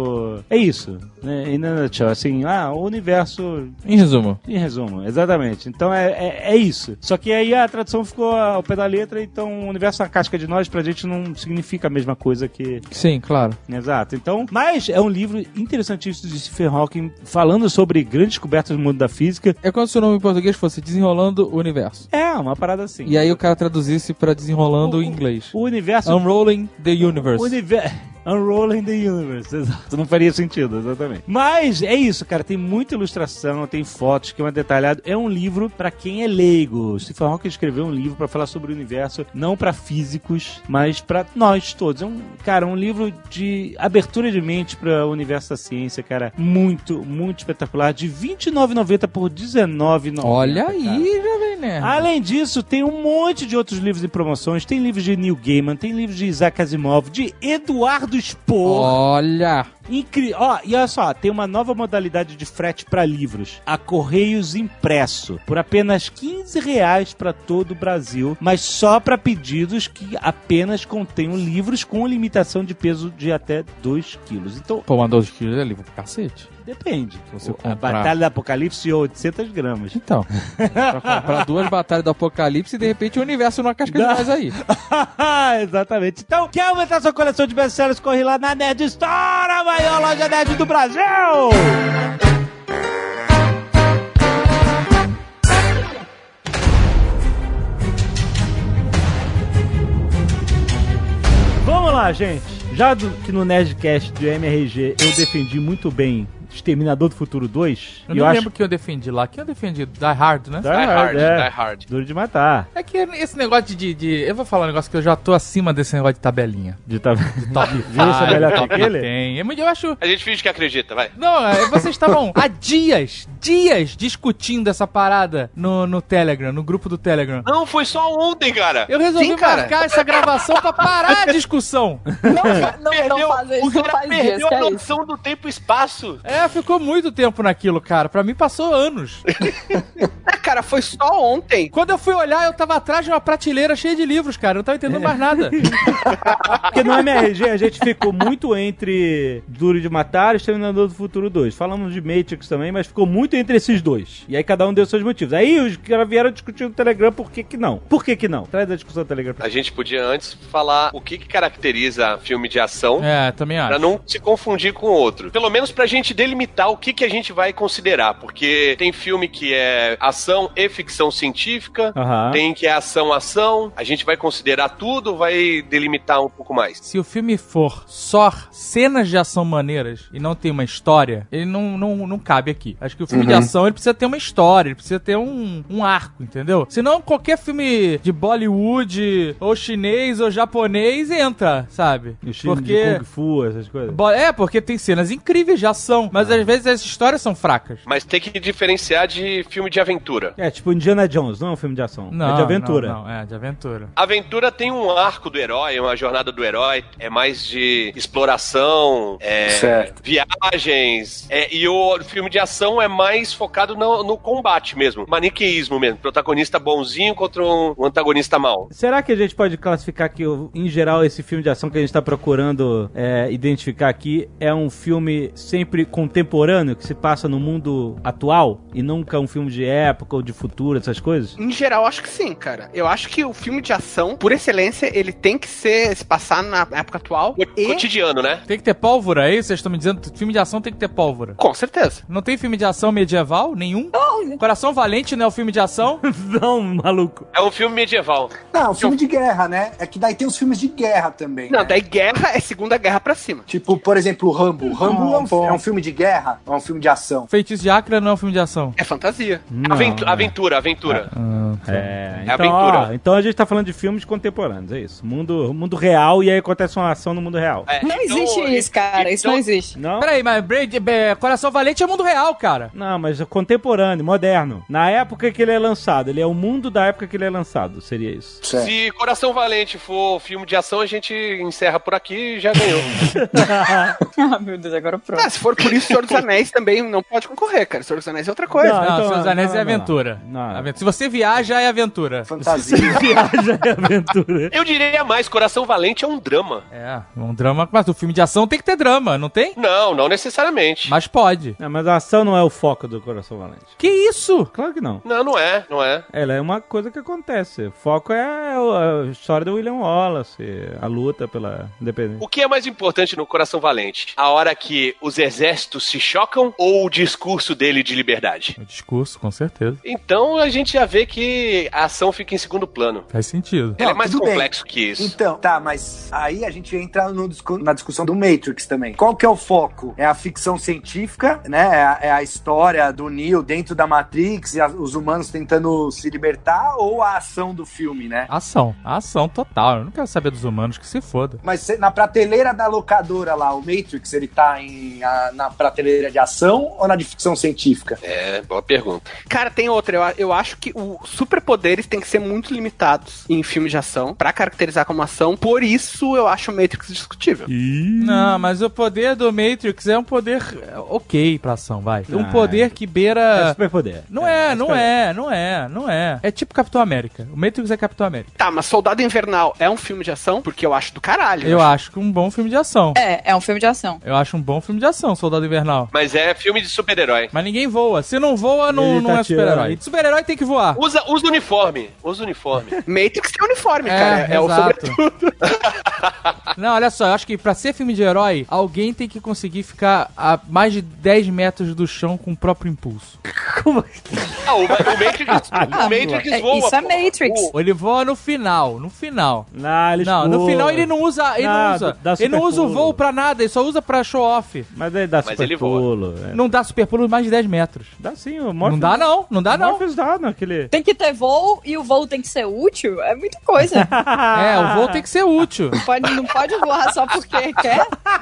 B: é isso. Né? In a Nutshell, assim, ah, o universo
H: Em resumo.
B: em resumo, exatamente. Então é, é, é isso. Só que aí a tradução ficou ao pé da letra, então o universo na casca de nós pra gente não significa a mesma coisa que
H: Sim, claro.
B: Exato. Então, mas é um livro interessantíssimo de Stephen Hawking falando sobre grandes descobertas do mundo da física.
H: É como se o nome em português fosse Desenrolando o Universo.
B: É, uma parada assim.
H: E aí o cara traduzisse pra Desenrolando em inglês.
B: o universo.
H: Unrolling the Universe.
B: O universo. Unrolling the Universe. Exato. Não faria sentido, exatamente. Mas é isso, cara. Tem muita ilustração, tem fotos, esquema detalhado. É um livro pra quem é leigo. Stephen Hawking escreveu um livro pra falar sobre o universo, não pra físicos, mas pra nós todos. É um, cara, um livro de abertura de mente pra universo da ciência, cara. Muito, muito espetacular. De R$ 29,90 por R$19,90.
H: Olha
B: cara.
H: aí, Jovem Nerd.
B: Além disso, tem um monte de outros livros em promoções. Tem livros de Neil Gaiman, tem livros de Isaac Asimov, de Eduardo Spohr.
H: Olha.
B: Incrível. Ó, e olha só, tem uma nova modalidade de frete para livros, a Correios Impresso, por apenas 15 reais para todo o Brasil, mas só para pedidos que apenas contenham livros com limitação de peso de até 2 quilos. Então,
H: Pô, mandou os quilos é livro pra cacete.
B: depende.
H: você
B: O- A
H: comprar-
B: Batalha do Apocalipse, 800 gramas.
H: Então, pra comprar duas batalhas do apocalipse e de repente o universo numa casca de
B: Dá.
H: nós é aí.
B: Exatamente. Então, quer aumentar sua coleção de best-sellers? Corre lá na Nerd Store, a maior loja nerd do Brasil! Vamos lá, gente. Já do- que no Nerdcast de MRG eu defendi muito bem Exterminador do Futuro 2,
C: Eu
B: e
C: não
B: acho
C: lembro quem eu defendi lá. Quem eu defendi? Die Hard, né?
B: Die Hard, é. Ah.
G: die hard.
B: duro de matar.
C: É que esse negócio de, de- Eu vou falar um negócio que eu já tô acima desse negócio de tabelinha.
B: De tá...
C: De top
B: Viu essa
C: five,
B: melhor
C: top
B: que aquele?
C: Ah, Tem. Eu, eu acho.
F: A gente finge que acredita, vai.
C: Não, é, vocês estavam há dias, dias discutindo essa parada no, no Telegram, no grupo do Telegram.
F: Não, foi só um, ontem, cara.
C: Eu resolvi
G: Sim, cara.
C: marcar essa gravação pra parar a discussão.
D: Não, não, não
F: Perdeu-
D: faz isso,
F: o
D: não
F: cara
D: faz
F: perdeu
D: isso. Que
F: a
D: é isso.
F: noção do tempo e espaço.
C: É, ficou muito tempo naquilo, cara. Pra mim passou anos.
G: Ah, cara, foi só ontem.
C: Quando eu fui olhar, eu tava atrás de uma prateleira cheia de livros, cara. Eu não tava entendendo
G: É.
C: mais nada.
B: Porque é no MRG a gente ficou muito entre Duro de Matar e Exterminador do Futuro 2. Falamos de Matrix também, mas ficou muito entre esses dois. E aí cada um deu seus motivos. Aí os caras vieram discutir no Telegram por que que não. Por que que não? Traz a discussão do Telegram pra
F: A gente podia antes falar o que, que caracteriza filme de ação.
C: É, também
F: Pra
C: acho.
F: não se confundir com o outro. Pelo menos pra gente delimitar o que, que a gente vai considerar. Porque tem filme que é ação e ficção científica,
B: Aham.
F: tem que é ação-ação. A gente vai considerar tudo, vai delimitar um pouco mais.
C: Se o filme for só cenas de ação maneiras e não tem uma história, ele não, não, não cabe aqui. Acho que o
B: Uhum.
C: filme de ação ele precisa ter uma história, ele precisa ter um, um arco, entendeu? Senão qualquer filme de Bollywood, ou chinês, ou japonês entra, sabe?
B: E o filme de Kung Fu, essas coisas.
C: Bo- É, porque tem cenas incríveis de ação, mas às vezes as histórias são fracas.
F: Mas tem que diferenciar de filme de aventura.
B: É, tipo Indiana Jones, não é um filme de ação.
C: Não,
B: é de aventura.
C: Não, não, é, de aventura.
F: Aventura tem um arco do herói, uma jornada do herói, é mais de exploração, é,
E: Certo.
F: viagens, é, e o filme de ação é mais focado no, no combate mesmo, maniqueísmo mesmo, protagonista bonzinho contra um, um antagonista mau.
B: Será que a gente pode classificar que, o- em geral, esse filme de ação que a gente tá procurando é, identificar aqui é um filme sempre contemporâneo, que se passa no mundo atual e nunca um filme de época ou de futuro, essas coisas?
G: Em geral, acho que sim, cara. Eu acho que o filme de ação, por excelência, ele tem que ser se passar na época atual
F: Co-
G: e
F: Cotidiano, né?
C: Tem que ter pólvora aí? Vocês estão me dizendo que filme de ação tem que ter pólvora.
G: com certeza.
C: Não tem filme de ação medieval nenhum? Coração Valente não é o filme de ação?
B: Não, maluco.
F: É um filme medieval.
E: Não, um filme de guerra, né? É que daí tem os filmes de guerra também.
G: Não,
E: né?
G: daí guerra é segunda guerra pra cima.
E: Tipo, por exemplo, o Rambo. O Rambo é, um, é um filme de guerra ou é um filme de ação?
C: Feitiço de Acre não é um filme de ação.
G: É fantasia.
F: Aventu- aventura, aventura.
C: Ah, tá.
B: É,
F: É
B: então,
F: aventura.
B: ó, então a gente tá falando de filmes contemporâneos, é isso. Mundo, mundo real e aí acontece uma ação no mundo real.
F: É,
D: Não
F: então-
D: existe isso, cara. Isso não
F: então-
D: existe.
B: Não?
C: Peraí, mas Brady, é, Coração Valente é mundo real, cara.
B: Não, mas é contemporâneo, moderno. Na época que ele é lançado, ele é o mundo da época que ele é lançado, seria isso.
E: Certo.
F: Se Coração Valente for filme de ação, a gente encerra por aqui e já ganhou.
D: Ah, meu Deus, agora pronto.
G: Ah, se for por isso, Senhor dos Anéis também não pode concorrer, cara. Senhor dos Anéis é outra coisa.
B: Não,
C: Não,
B: então,
C: Seus Anéis
B: não,
C: é
B: não,
C: aventura.
B: não. Não.
C: Aventura. Se você viaja, é aventura.
E: Fantasia.
B: Viagem e é aventura.
F: Eu diria mais, Coração Valente é um drama.
C: É, um drama. Mas o filme de ação tem que ter drama, não tem?
F: Não, não necessariamente.
C: Mas pode.
B: Não, mas a ação não é o foco do Coração Valente.
C: Que isso?
B: Claro que não.
F: Não, não é, não é.
B: Ela é uma coisa que acontece. O foco é o- a história do William Wallace, a luta pela independência.
F: O que é mais importante no Coração Valente? A hora que os exércitos textos se chocam ou o discurso dele de liberdade?
C: O discurso, com certeza.
F: Então a gente já vê que a ação fica em segundo plano.
C: Faz sentido.
F: Ele é
E: Não,
F: mais
E: tudo bem.
F: complexo que isso.
E: Então, tá, mas aí a gente entra no discu- na discussão do Matrix também. Qual que é o foco? É a ficção científica, né? É a, é a história do Neo dentro da Matrix e a- os humanos tentando se libertar ou a ação do filme, né?
C: Ação. Ação total. Eu não quero saber dos humanos que se foda.
E: Mas cê- na prateleira da locadora lá, o Matrix, ele tá em, a- na prateleira de ação ou na de ficção científica?
F: É, boa pergunta.
G: Cara, tem outra. Eu, a- eu acho que os superpoderes têm que ser muito limitados em filmes de ação pra caracterizar como ação. Por isso, eu acho o Matrix discutível.
C: Não, mas o poder do Matrix é um poder é, ok pra ação, vai. Um
G: Ah.
C: poder que beira.
B: É superpoder.
C: Não é, não é, não é, não é. É tipo Capitão América. O Matrix é Capitão América.
G: Tá, mas Soldado Invernal é um filme de ação? Porque eu acho do caralho.
C: Eu acho que um bom filme de ação.
D: É, é um filme de ação.
C: Eu acho um bom filme de ação, Soldado Invernal.
F: Mas é filme de super-herói.
C: Mas ninguém voa. Se não voa, não,
F: Ele
C: não
F: tá
C: é super-herói.
F: tirando.
C: Super-herói tem que voar.
F: Usa, usa uniforme. Usa uniforme.
G: Matrix tem uniforme,
C: É,
G: cara. É o
C: exato.
G: sobretudo.
C: Não, olha só, eu acho que pra ser filme de herói, alguém tem que conseguir ficar a mais de 10 metros do chão com o próprio impulso.
F: Ah, o, o Matrix,
D: Ah,
F: o Ah,
C: É
G: Ah, é,
D: É,
F: Matrix voa. pô.
C: O- Ele voa no final, no final.
B: Não,
C: não no
B: voam.
C: final ele não usa, ele não,
B: Nada,
C: usa.
B: dá
C: Ele não
B: super
C: usa o
B: pulo.
C: voo pra nada, ele só usa pra show off.
B: Mas ele dá
C: Mas
B: super
C: ele voa.
B: pulo. é.
C: Não dá super pulo mais de 10 metros.
B: Dá sim, o
C: Não dá não, não dá não.
B: Morpheus dá naquele...
D: Tem que ter voo e o voo tem que ser útil? É muita coisa.
C: É, o
B: Ah.
C: voo tem que ser útil.
D: Pode, não pode voar só porque quer?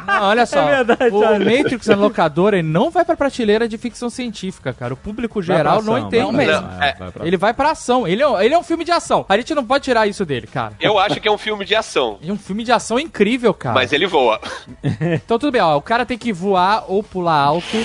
C: Não, Ah, olha só.
D: É verdade,
C: o
D: olha.
C: Matrix na locadora ele não vai pra prateleira de ficção científica, cara. O público
B: pra
C: geral não
B: ação,
C: entende.
B: vai pra
C: isso.
B: ação, é, vai pra
C: Ele vai pra ação. Ele é, um- ele é um filme de ação. A gente não pode tirar isso dele, cara.
F: Eu acho que é um filme de ação.
C: É um filme de ação incrível, cara.
F: Mas ele voa.
C: Então tudo bem, ó. O cara tem que voar ou pular alto,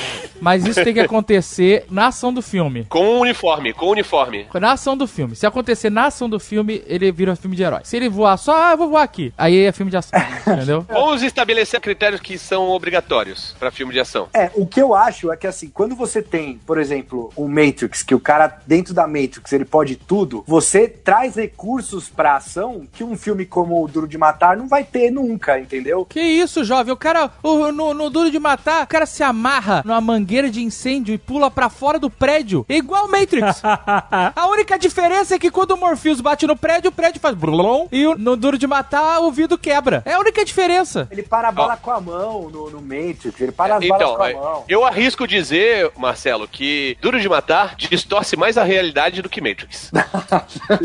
C: mas isso tem que acontecer na ação do filme.
F: Com um uniforme, com um uniforme.
C: Na ação do filme. Se acontecer na ação do filme, ele vira filme de herói. Se ele voar só, ah, eu vou voar aqui. Aí é filme de ação, entendeu?
F: Vamos estabelecer critérios que são obrigatórios pra filme de ação.
E: É, o que eu acho é que assim, quando você tem, por exemplo, o Matrix, que o cara dentro da Matrix ele pode tudo, você traz recursos pra ação que um filme como o Duro de Matar não vai ter nunca, entendeu?
C: Que isso, jovem? O cara, o- no, no Duro de Matar, o cara se amarra numa mangueira de incêndio e pula pra fora do prédio. É igual Matrix. A única diferença é que quando o Morpheus bate no prédio, o prédio faz blum e o- no Duro de Matar o vidro quebra. É a única diferença.
E: Ele para a bala com a mão no, no Matrix, ele para as balas
F: Então,
E: com a
F: é,
E: mão.
F: eu arrisco dizer, Marcelo, que Duro de Matar distorce mais a realidade do que Matrix.
G: Cara,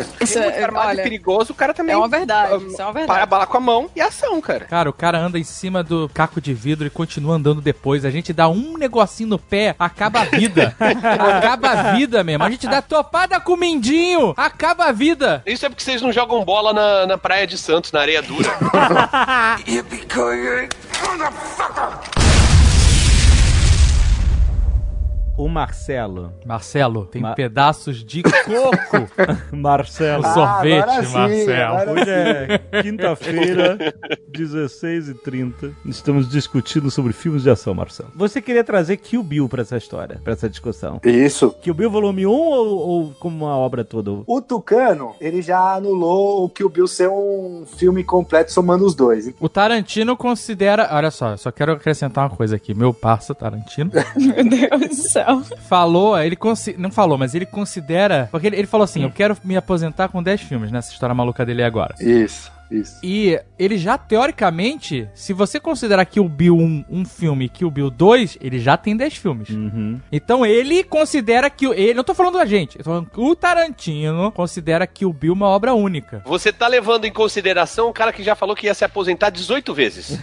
D: Isso
G: isso
D: é-
G: é armado
D: olha,
G: e perigoso, o cara também.
D: é uma verdade,
G: ah,
D: isso é uma verdade.
G: Para a bala com a mão e ação, cara.
C: Cara, o cara anda em cima do caco de vidro e continua andando depois. A gente dá um negocinho no pé, acaba a vida. acaba a vida mesmo. A gente dá topada com o mindinho, acaba a vida.
F: Isso é porque vocês não jogam bola na, na praia de Santos, na areia dura.
B: O Marcelo.
C: Marcelo, tem pedaços de coco.
B: Marcelo.
C: O sorvete, Marcelo.
B: Hoje é quinta-feira, 16h30. Estamos discutindo sobre filmes de ação, Marcelo. Você queria trazer Kill Bill pra essa história, pra essa discussão.
E: Isso.
B: Kill Bill volume 1 ou, ou como uma obra toda?
E: O Tucano, ele já anulou o Kill Bill ser um filme completo somando os dois.
C: O Tarantino considera. Olha só, só quero acrescentar uma coisa aqui. Meu parça Tarantino.
D: Meu Deus do céu.
C: Falou, ele consi- não falou, mas ele considera. Porque ele, ele falou assim: eu quero me aposentar com 10 filmes nessa história maluca dele agora.
E: Isso, isso.
C: E ele já, teoricamente, se você considerar que o Bill 1 um filme e Kill Bill 2, ele já tem 10 filmes.
E: Uhum.
C: Então ele considera que. o- Ele, não tô falando da gente, eu tô falando que o Tarantino considera que o Bill uma obra única.
F: Você tá levando em consideração o cara que já falou que ia se aposentar 18 vezes.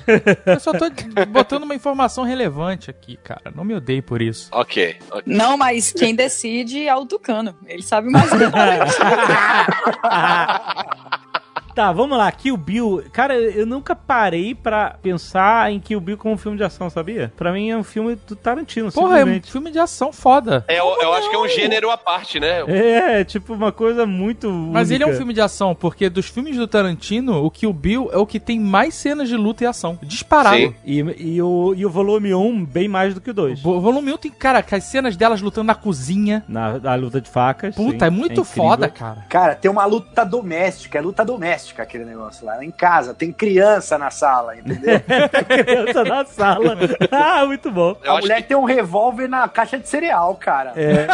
C: Eu só tô botando uma informação relevante aqui, cara. Não me odeie por isso.
F: ok, ok.
D: Não, mas quem decide é o Tucano. Ele sabe mais do
B: Tá, vamos lá. Kill Bill. Cara, eu nunca parei pra pensar em Kill Bill como um filme de ação, sabia? Pra mim é um filme do Tarantino,
C: Porra, é um
B: simplesmente.
C: filme de ação foda.
F: É, eu, eu acho que é um gênero à parte, né?
B: É, tipo uma coisa muito.
C: Mas ele é um
B: única.
C: filme de ação, porque dos filmes do Tarantino, o Kill Bill é o que tem mais cenas de luta e ação. Disparado.
B: Sim. E, e o, e o volume 1 bem mais do que o 2.
C: O volume 1 tem, cara, as cenas delas lutando na cozinha.
B: Na, na luta de facas.
C: Puta, é muito
B: incrível.
C: foda, cara.
E: Cara, tem uma luta doméstica, é luta doméstica. doméstica aquele negócio lá. Em casa, tem criança na sala, entendeu?
B: criança na sala. Ah, muito bom.
E: a mulher tem um revólver na caixa de cereal, cara.
B: É,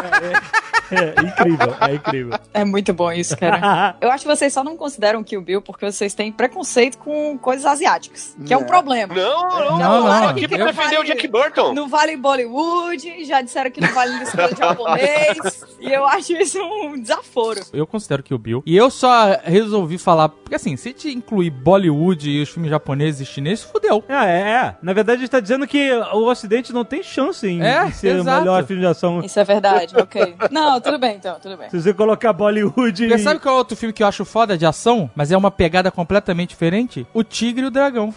B: É incrível, é incrível.
D: É muito bom isso, cara. Eu acho que vocês só não consideram Kill Bill porque vocês têm preconceito com coisas asiáticas, que é, um
F: Não.
D: problema.
F: Não, não, não.
D: Não,
F: não,
D: não,
F: aqui pra
D: eu
F: defender o
D: falei-
F: Jack Burton.
D: Não vale Bollywood, já disseram que não vale mistura de japonês, e eu acho isso um desaforo.
C: Eu considero que o Bill. E eu só resolvi falar. Porque assim, se te incluir Bollywood e os filmes japoneses e chineses, fudeu.
B: É, é. Na verdade, a gente tá dizendo que o Ocidente não tem chance em
C: É,
B: ser
C: exato.
B: o melhor filme de ação.
D: Isso é verdade, ok. Não, tudo bem então, tudo bem.
B: Se você colocar Bollywood.
C: Porque sabe qual é outro filme que eu acho foda de ação, mas é uma pegada completamente diferente? O Tigre e o Dragão.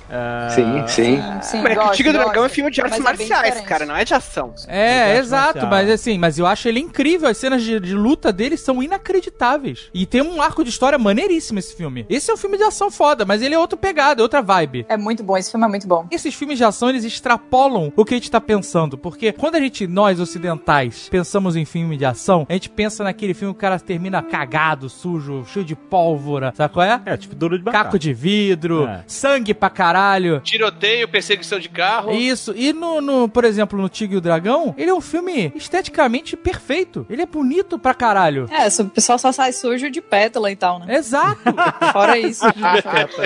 E: Sim, sim.
D: Sim,
G: Mas é que o
D: gosto,
G: Tigre e o
D: Hum, gosto.
G: Dragão é filme de artes
D: Mas é bem
G: marciais,
D: diferente.
G: cara, não é de ação.
C: É,
B: Eu
C: exato,
B: acho
C: mas
B: marcial.
C: assim, mas eu acho ele incrível, as cenas de, de luta dele são inacreditáveis. E tem um arco de história maneiríssimo esse filme. Esse é um filme de ação foda, mas ele é outro pegada, é outra vibe.
D: É muito bom, esse filme é muito bom.
C: Esses filmes de ação, eles extrapolam o que a gente tá pensando, porque quando a gente, nós ocidentais, pensamos em filme de ação, a gente pensa naquele filme que o cara termina cagado, sujo, cheio de pólvora, sabe qual é?
B: É, tipo, duro de matar.
C: Caco de vidro,
B: É.
C: sangue pra caralho.
F: Tiroteio, perseguição de carro.
C: Isso, e no, no- por exemplo, no Tigre e o Dragão, ele é um filme esteticamente perfeito. Ele é bonito pra caralho.
D: É, o pessoal só sai sujo de pétala e tal, né?
C: Exato.
D: Fora isso.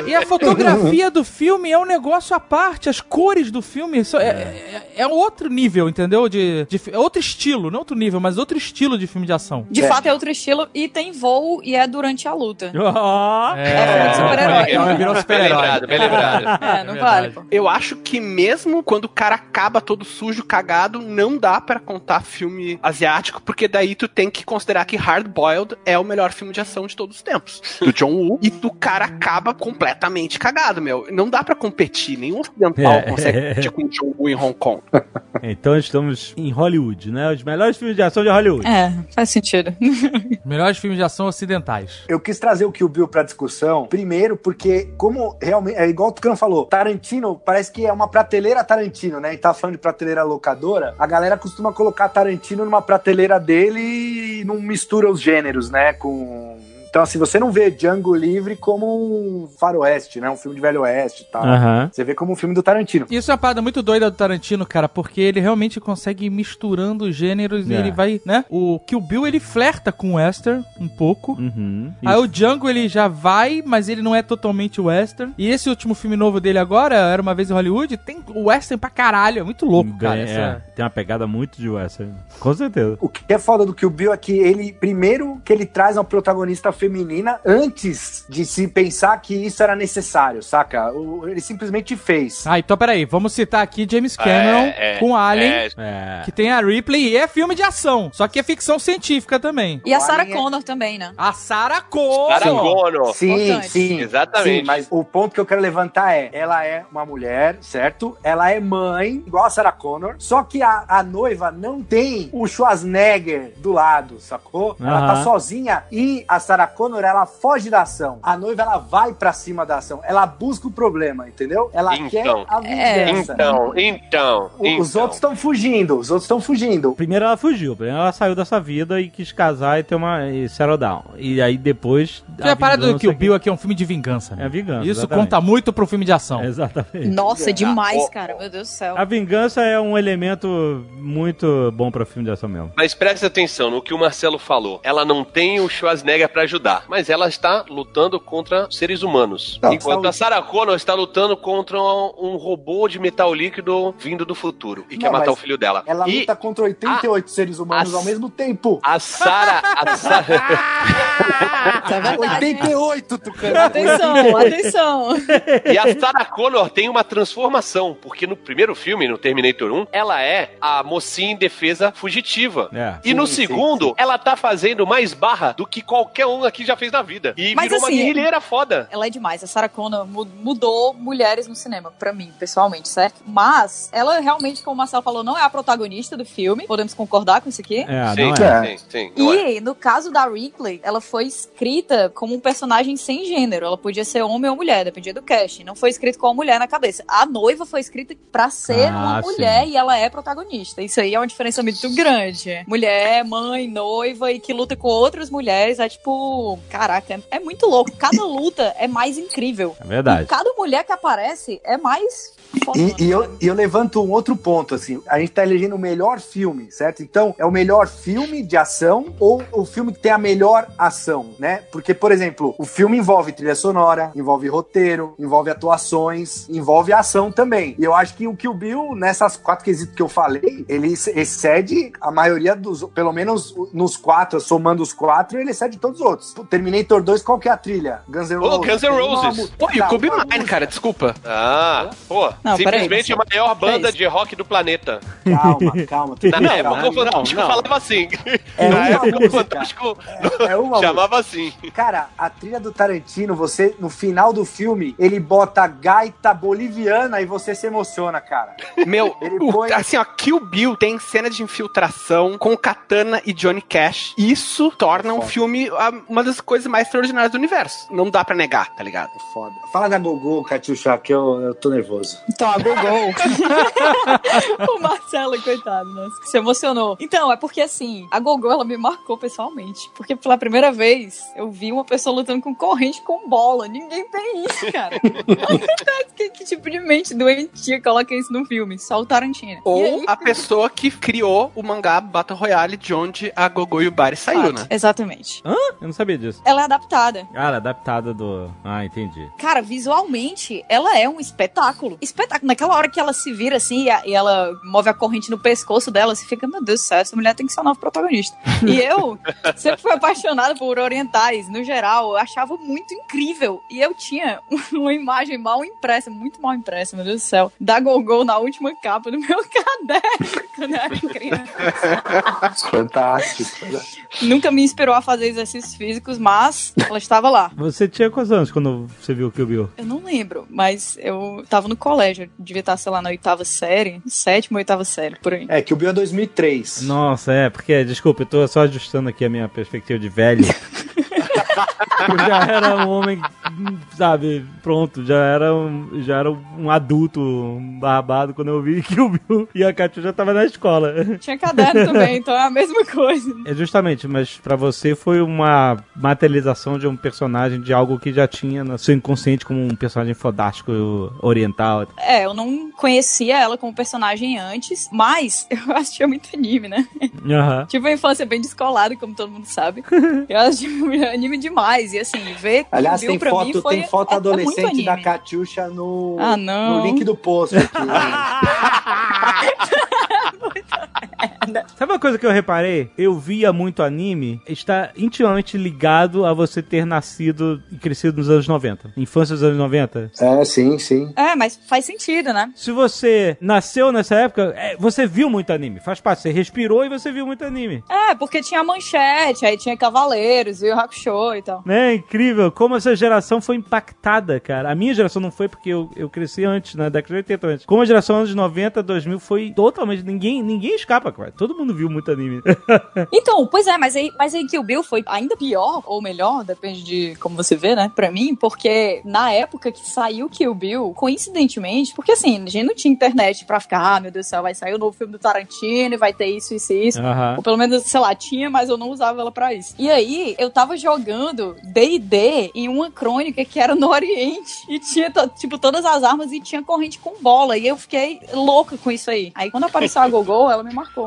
C: E a fotografia do filme é um negócio à parte. As cores do filme são- é, é, é outro nível, entendeu? De, de fi- é outro estilo, não outro nível, mas outro estilo de filme de ação.
D: De fato é outro estilo e tem voo e é durante a luta.
B: Ó,
D: É, super-herói.
C: Então ele virou
F: Bem
C: super-herói.
F: Tá lembrado, bem lembrado.
D: É, não vale, pô.
G: Eu acho que mesmo quando o cara acaba todo sujo, cagado, não dá pra contar filme asiático, porque daí tu tem que considerar que Hard Boiled é o melhor filme de ação de todos os tempos, do John Woo, e o cara acaba completamente cagado, meu. Não dá pra competir, nenhum ocidental
B: É.
G: consegue competir com o John Woo em Hong Kong.
B: Então estamos em Hollywood, né? Os melhores filmes de ação de Hollywood.
D: É, faz sentido.
C: Melhores filmes de ação ocidentais.
E: Eu quis trazer o Kill Bill pra discussão, primeiro porque, como realmente, é igual o Tucano falou, Tarantino parece que é uma prateleira Tarantino, né? E tá falando de prateleira locadora, a galera costuma colocar Tarantino numa prateleira dele e não mistura os gêneros, né? Com. Então, assim, você não vê Django Livre como um faroeste, né? Um filme de velho oeste e tal.
B: Aham.
E: Você vê como um filme do Tarantino.
C: Isso é uma parada muito doida do Tarantino, cara, porque ele realmente consegue ir misturando os gêneros e
B: É.
C: ele vai, né? O Kill Bill, ele flerta com o western um pouco. Ah,
B: Uhum.
C: Aí o Django ele já vai, mas ele não é totalmente western. E esse último filme novo dele agora, Era Uma Vez em Hollywood, tem western pra caralho. É muito louco, cara.
B: Bem,
C: essa-
B: é, tem uma pegada muito de western. Com certeza.
E: O que é foda do Kill Bill é que ele, primeiro, que ele traz uma protagonista feminina antes de se pensar que isso era necessário, saca? O- ele simplesmente fez.
C: Ah, então peraí, vamos citar aqui James Cameron
F: É, é,
C: com Alien,
F: É,
B: É.
C: que tem a Ripley e é filme de ação. Só que é ficção científica também.
D: E a Sarah
E: Olha.
D: Connor também, né?
C: A Sarah Connor.
F: Aragono.
E: Sim,
D: Importante.
E: sim.
F: Exatamente.
E: Sim, mas o ponto que eu quero levantar é: ela é uma mulher, certo? Ela é mãe, igual a Sarah Connor. Só que a, a noiva não tem o Schwarzenegger do lado, sacou? Ela
B: Aham.
E: tá sozinha e a Sarah Connor, ela foge da ação. A noiva, ela vai pra cima da ação. Ela busca o problema, entendeu? Ela quer
F: Então.
E: a vingança.
F: Então, então,
E: O- Os
F: então.
E: outros estão fugindo, os outros estão fugindo.
B: Primeiro ela fugiu, primeiro ela saiu dessa vida e quis casar e ter uma e settle down. E aí depois.
C: Que a parada do
B: vingança
C: Kill
B: que-
C: Bill aqui é um filme de vingança. né?
B: É vingança,
C: Isso
B: exatamente.
C: conta muito pro filme de ação.
B: Exatamente.
E: É,
D: Nossa, demais,
F: Ah, ó.
D: cara. Meu Deus do céu.
B: A vingança é um elemento muito bom pra filme de ação mesmo.
F: Mas preste atenção no que o Marcelo falou. Ela não tem o Schwarzenegger pra ajudar, mas ela está lutando contra seres humanos.
E: Não,
F: enquanto
E: saúde.
F: a Sarah Connor está lutando contra um robô de metal líquido vindo do futuro e quer
E: Não,
F: matar o
E: mas
F: filho dela.
E: Ela
F: e
E: luta contra 88 seres humanos
F: a-
E: ao mesmo tempo.
F: a Sarah, a Sarah,
D: Isso é verdade. hein?
E: 88, Tucano.
D: Atenção, atenção.
F: e a Sarah Connor tem uma transformação, porque no primeiro filme, no Terminator 1, ela é a mocinha em defesa fugitiva.
B: É.
F: E no
E: Sim, sim,
F: segundo, ela tá fazendo mais barra do que qualquer um aqui já fez na vida. E
D: Mas
F: virou uma
D: assim,
F: guerrilheira foda.
D: Ela é demais. A Sarah Connor mu- mudou mulheres no cinema, pra mim, pessoalmente, certo? Mas ela realmente, como o Marcelo falou, não é a protagonista do filme. Podemos concordar com isso aqui?
B: É,
F: sim,
B: não é.
E: é.
F: sim, sim, não é.
D: E no caso da Ripley, ela foi escrita como um personagem sem gênero. Ela podia ser homem ou mulher, dependia do casting. Não foi escrito com a mulher na cabeça. A noiva foi escrita pra ser
B: Ah,
D: uma
B: sim.
D: mulher e ela é protagonista. Isso aí é uma diferença muito grande. Mulher, mãe, noiva e que luta com outras mulheres é tipo tipo, caraca, é muito louco. Cada luta é mais incrível.
B: É verdade.
D: E cada mulher que aparece é mais né?
E: E, e eu, e eu levanto um outro ponto, assim. A gente tá elegendo o melhor filme, certo? Então, é o melhor filme de ação ou o filme que tem a melhor ação, né? Porque, por exemplo, o filme envolve trilha sonora, envolve roteiro, envolve atuações, envolve ação também. E eu acho que o Kill Bill, nessas quatro quesitos que eu falei, ele ex- excede a maioria dos, pelo menos nos quatro, somando os quatro, ele excede todos os outros. Pô, Terminator 2, qual que é a trilha? Guns N'
F: Ô,
E: Roses.
F: Guns N' Roses.
G: Pô, e o Kobe
E: Tá,
G: Mine, cara, desculpa.
F: Ah, pô,
G: Não,
F: simplesmente
G: peraí,
F: a maior banda
G: peraí.
F: de rock do planeta.
E: Calma, calma.
F: Na
E: Não,
F: época,
E: não,
F: o Fantástico
E: não.
F: falava assim.
E: É
F: Na
E: uma
F: época, o
E: música.
F: Fantástico
E: É uma
F: chamava assim.
E: Cara, a trilha do Tarantino, você, no final do filme, ele bota gaita boliviana e você se emociona, cara.
G: Meu, o-
E: põe-
G: assim, ó, Kill Bill tem cena de infiltração com Katana e Johnny Cash. Isso torna um
E: Foda.
G: filme ah, uma das coisas mais extraordinárias do universo. Não dá pra negar, tá ligado?
E: É Foda. Fala da Gogô, Catiuxa, que eu, eu tô nervoso.
D: Então, a Gogol. o Marcelo, coitado, nossa, que se emocionou. Então, é porque assim, a Gogol, ela me marcou pessoalmente. Porque pela primeira vez, eu vi uma pessoa lutando com corrente com bola. Ninguém tem isso, cara. que, que tipo de mente doentia coloca isso no filme? Só o Tarantino. E
G: Ou
D: aí-
G: a pessoa que criou o mangá Battle Royale de onde a Gogo e o Bari saiu, né?
D: Exatamente.
B: Hã? Eu não sabia disso.
D: Ela é adaptada.
B: Cara, adaptada do. Ah, entendi.
D: Cara, visualmente, ela é um espetáculo. Espetáculo. Naquela hora que ela se vira assim e, a- e ela move a corrente no pescoço dela, você fica, meu Deus do céu, essa mulher tem que ser a nova protagonista. E eu sempre fui apaixonada por orientais, no geral. Eu achava muito incrível. E eu tinha uma imagem mal impressa, muito mal impressa, meu Deus do céu, da Gogol na última capa do meu caderno quando eu era criança.
E: é Fantástico.
D: Nunca me inspirou a fazer exercícios físicos, mas ela estava lá.
B: Você tinha quantos anos quando você viu o Kill Bill?
D: Eu não lembro, mas eu tava no colégio, eu devia estar, sei lá, na oitava série, sétima, oitava série, por aí.
E: É, que o Bill é 2003.
B: Nossa, é, porque, desculpa, eu tô só ajustando aqui a minha perspectiva de velho. eu já era um homem, sabe, pronto, já era um, já era um adulto, um barbado quando eu vi Kill Bill e a Katia já tava na escola.
D: Tinha caderno também, então é a mesma coisa.
B: É justamente, mas pra você foi uma materialização de um personagem, de algo que já tinha no seu inconsciente como um personagem fodástico oriental.
D: É, eu não conhecia ela como personagem antes, mas eu assistia muito anime, né?
B: Aham.
D: Tive uma infância é bem descolada, como todo mundo sabe. Eu assistia anime demais, e assim, ver Kill
E: Aliás,
D: Bill
E: tem
D: pra mim
E: foto,
D: foi...
E: tem foto
D: é- é muito
E: adolescente
D: anime.
E: da Catiuxa no,
D: Ah, não.
E: no link do post aqui.
B: Sabe uma coisa que eu reparei? Eu via muito anime, está intimamente ligado a você ter nascido e crescido nos anos 90. Infância dos anos 90.
E: é, sim, sim.
D: É, mas faz sentido, né?
B: Se você nasceu nessa época, é, você viu muito anime. Faz parte, você respirou e você viu muito anime.
D: É, porque tinha manchete, aí tinha Cavaleiros, viu, Hakusho e tal.
B: Né? Incrível como essa geração foi impactada, cara. A minha geração não foi porque eu, eu cresci antes, na década de 80 antes. Como a geração anos 90, 2000 foi totalmente. Ninguém, ninguém escapa, cara. Todo mundo viu muito anime.
D: Então, pois é, mas aí, mas aí Kill Bill foi ainda pior, ou melhor, depende de como você vê, né? Pra mim, porque na época que saiu Kill Bill, coincidentemente, porque assim, a gente não tinha internet pra ficar, ah, meu Deus do céu, vai sair o novo filme do Tarantino, e vai ter isso, isso e isso.
B: Aham.
D: Ou pelo menos, sei lá, tinha, mas eu não usava ela pra isso. E aí, eu tava jogando D&D em uma crônica que era no Oriente. E tinha, to- tipo, todas as armas e tinha corrente com bola. E eu fiquei louca com isso aí. Aí, quando apareceu a Gogol, ela me marcou.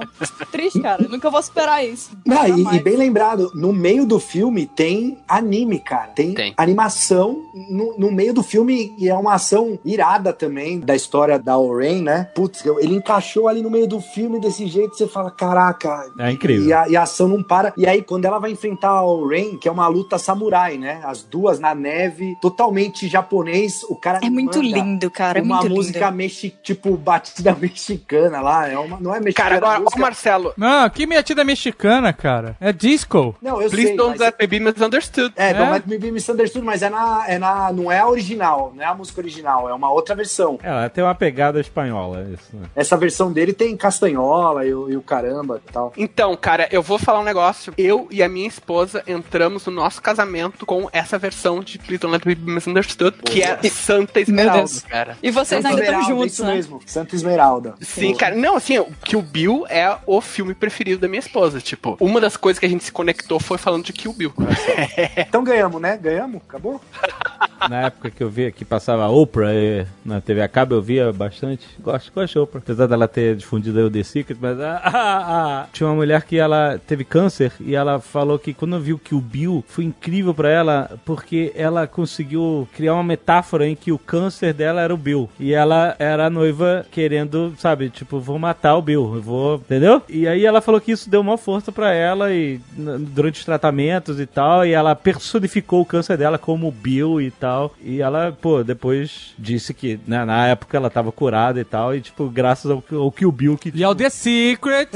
D: Triste, cara. Nunca vou superar isso.
E: Não, e, e
D: Jamais.
E: bem lembrado, no meio do filme tem anime, cara. Tem,
G: Tem.
E: animação no, no meio do filme e é uma ação irada também da história da Oren, né? Putz, eu- ele encaixou ali no meio do filme desse jeito, você fala, caraca.
B: É incrível.
E: E a, e a ação não para. E aí, quando ela vai enfrentar a Oren, que é uma luta samurai, né? As duas na neve, totalmente japonês, o cara.
D: É muito
E: manda
D: lindo, cara. É
E: uma
D: muito
E: música
D: lindo.
E: mexi, tipo batida mexicana lá, é uma, não é mexicana.
G: Cara,
E: a
G: agora, ó,
E: música-
G: Marcelo.
C: Não, que metida mexicana, cara. É disco.
E: Não, eu
G: Please
E: sei,
G: don't
E: mas-
G: let me be misunderstood.
E: É,
C: É?
E: Don't Let Me Be Misunderstood, mas é na, é na, não é a original, não é a música original, é uma outra versão.
B: Ela tem uma pegada espanhola, isso, né?
E: Essa versão dele tem Castanhola e, o- e o caramba e tal.
G: Então, cara, eu vou falar um negócio. Eu e a minha esposa entramos no nosso casamento com essa versão de Please Don't Let Me Be Misunderstood, que é Santa Esmeralda,
D: Deus.
G: cara.
D: E vocês
E: Santa
D: ainda estão
E: Esmeralda,
D: juntos,
E: isso
D: né?
E: mesmo, Santa Esmeralda.
G: Sim, cara. Não, assim, o Kill Bill é o filme preferido da minha esposa. Tipo, uma das coisas que a gente se conectou foi falando de Kill Bill.
E: Então ganhamos, né? Ganhamos? Acabou?
B: Na época que eu via que passava Oprah eh, na TV a cabo, eu via bastante. Gosto, gosto de Oprah. Apesar dela ter difundido aí o The Secret, mas ah, ah, ah. tinha uma mulher que ela teve câncer e ela falou que quando viu que o Bill foi incrível pra ela porque ela conseguiu criar uma metáfora em que o câncer dela era o Bill. E ela era a noiva querendo, sabe, tipo, vou matar o Bill, eu vou, entendeu? E aí ela falou que isso deu uma força pra ela e n- durante os tratamentos e tal, e ela personificou o câncer dela como o Bill e tal. E ela, pô, depois disse que né, na época ela tava curada e tal, e tipo, graças ao, ao que o Bill que. E ao The Secret!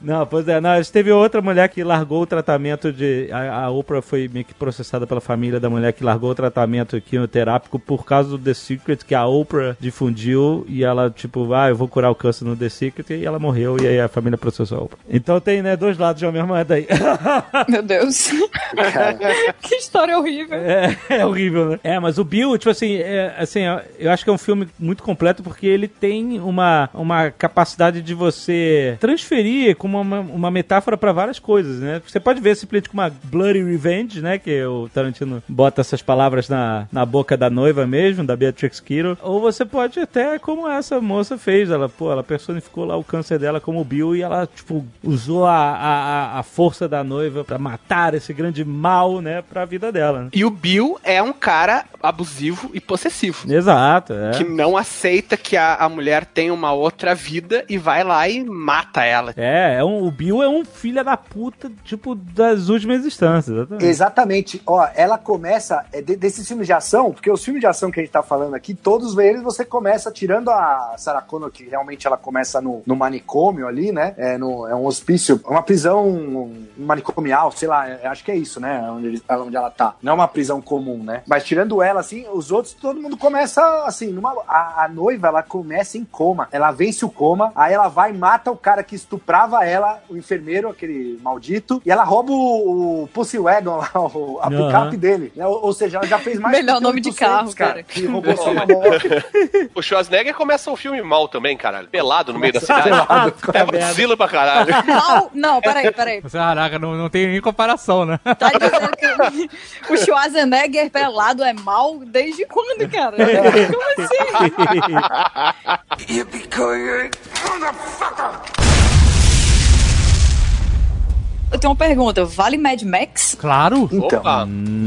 B: Não, pois é, não, teve outra mulher que largou o tratamento de. A, a Oprah foi meio que processada pela família da mulher que largou o tratamento quimioterápico por causa do The Secret que a Oprah difundiu e ela, tipo, ah, eu vou curar o câncer no The Secret e ela morreu e aí a família processou a Oprah. Então tem, né, dois lados de uma mesma moeda aí.
D: Meu Deus. que história horrível.
B: É, é horrível, né? É, mas o Bill, tipo assim, é, assim, ó, eu acho que é um filme muito completo porque ele tem uma, uma capacidade de você transferir como uma, uma metáfora pra várias coisas, né? Você pode ver simplesmente com uma Bloody Revenge, né? Que o Tarantino bota essas palavras na, na boca da noiva mesmo, da Beatrix Kiddo. Ou você pode até como essa moça fez, ela, pô, ela personificou lá o câncer dela como o Bill e ela, tipo, usou a, a, a- a força da noiva pra matar esse grande mal, né? Pra vida dela, né?
G: E o Bill é um cara abusivo e possessivo.
B: Exato, é.
G: Que não aceita que a, a mulher tenha uma outra vida e vai lá e mata ela.
B: É, é um- o Bill é um filho da puta, tipo, das últimas instâncias. Exatamente.
E: Exatamente. Ó, ela começa é, de- desses filmes de ação, porque os filmes de ação que a gente tá falando aqui, todos eles você começa tirando a Sarah Connor, que realmente ela começa no, no manicômio ali, né? É, no, é um hospício, é uma prisão manicomial, sei lá, é- acho que é isso, né? Onde, eles- ela- onde ela tá. Não é uma prisão comum, né? Mas tirando ela, assim, os outros, todo mundo começa assim, numa- a, a noiva, ela começa em coma. Ela vence o coma, aí ela vai e mata o cara que estuprava ela, o enfermeiro, aquele maldito, e ela rouba o, o Pussy Wagon lá, o, a
F: Aham.
E: picape dele. né? Ou, ou seja, ela já fez mais
D: Melhor nome de carro,
E: 800,
D: cara.
E: Que
F: É.
E: roubou sua moto.
F: o Schwarzenegger começa o filme mal também, caralho. Pelado no meio da cidade.
C: Pelado,
F: é vacilo pra caralho.
D: Mal? Não, peraí, peraí.
C: Caraca, não, não tem nem comparação, né?
D: O Schwarzenegger pelado é mal desde quando, cara? Como assim? Eu tenho uma pergunta. Vale Mad Max?
C: Claro.
E: Então.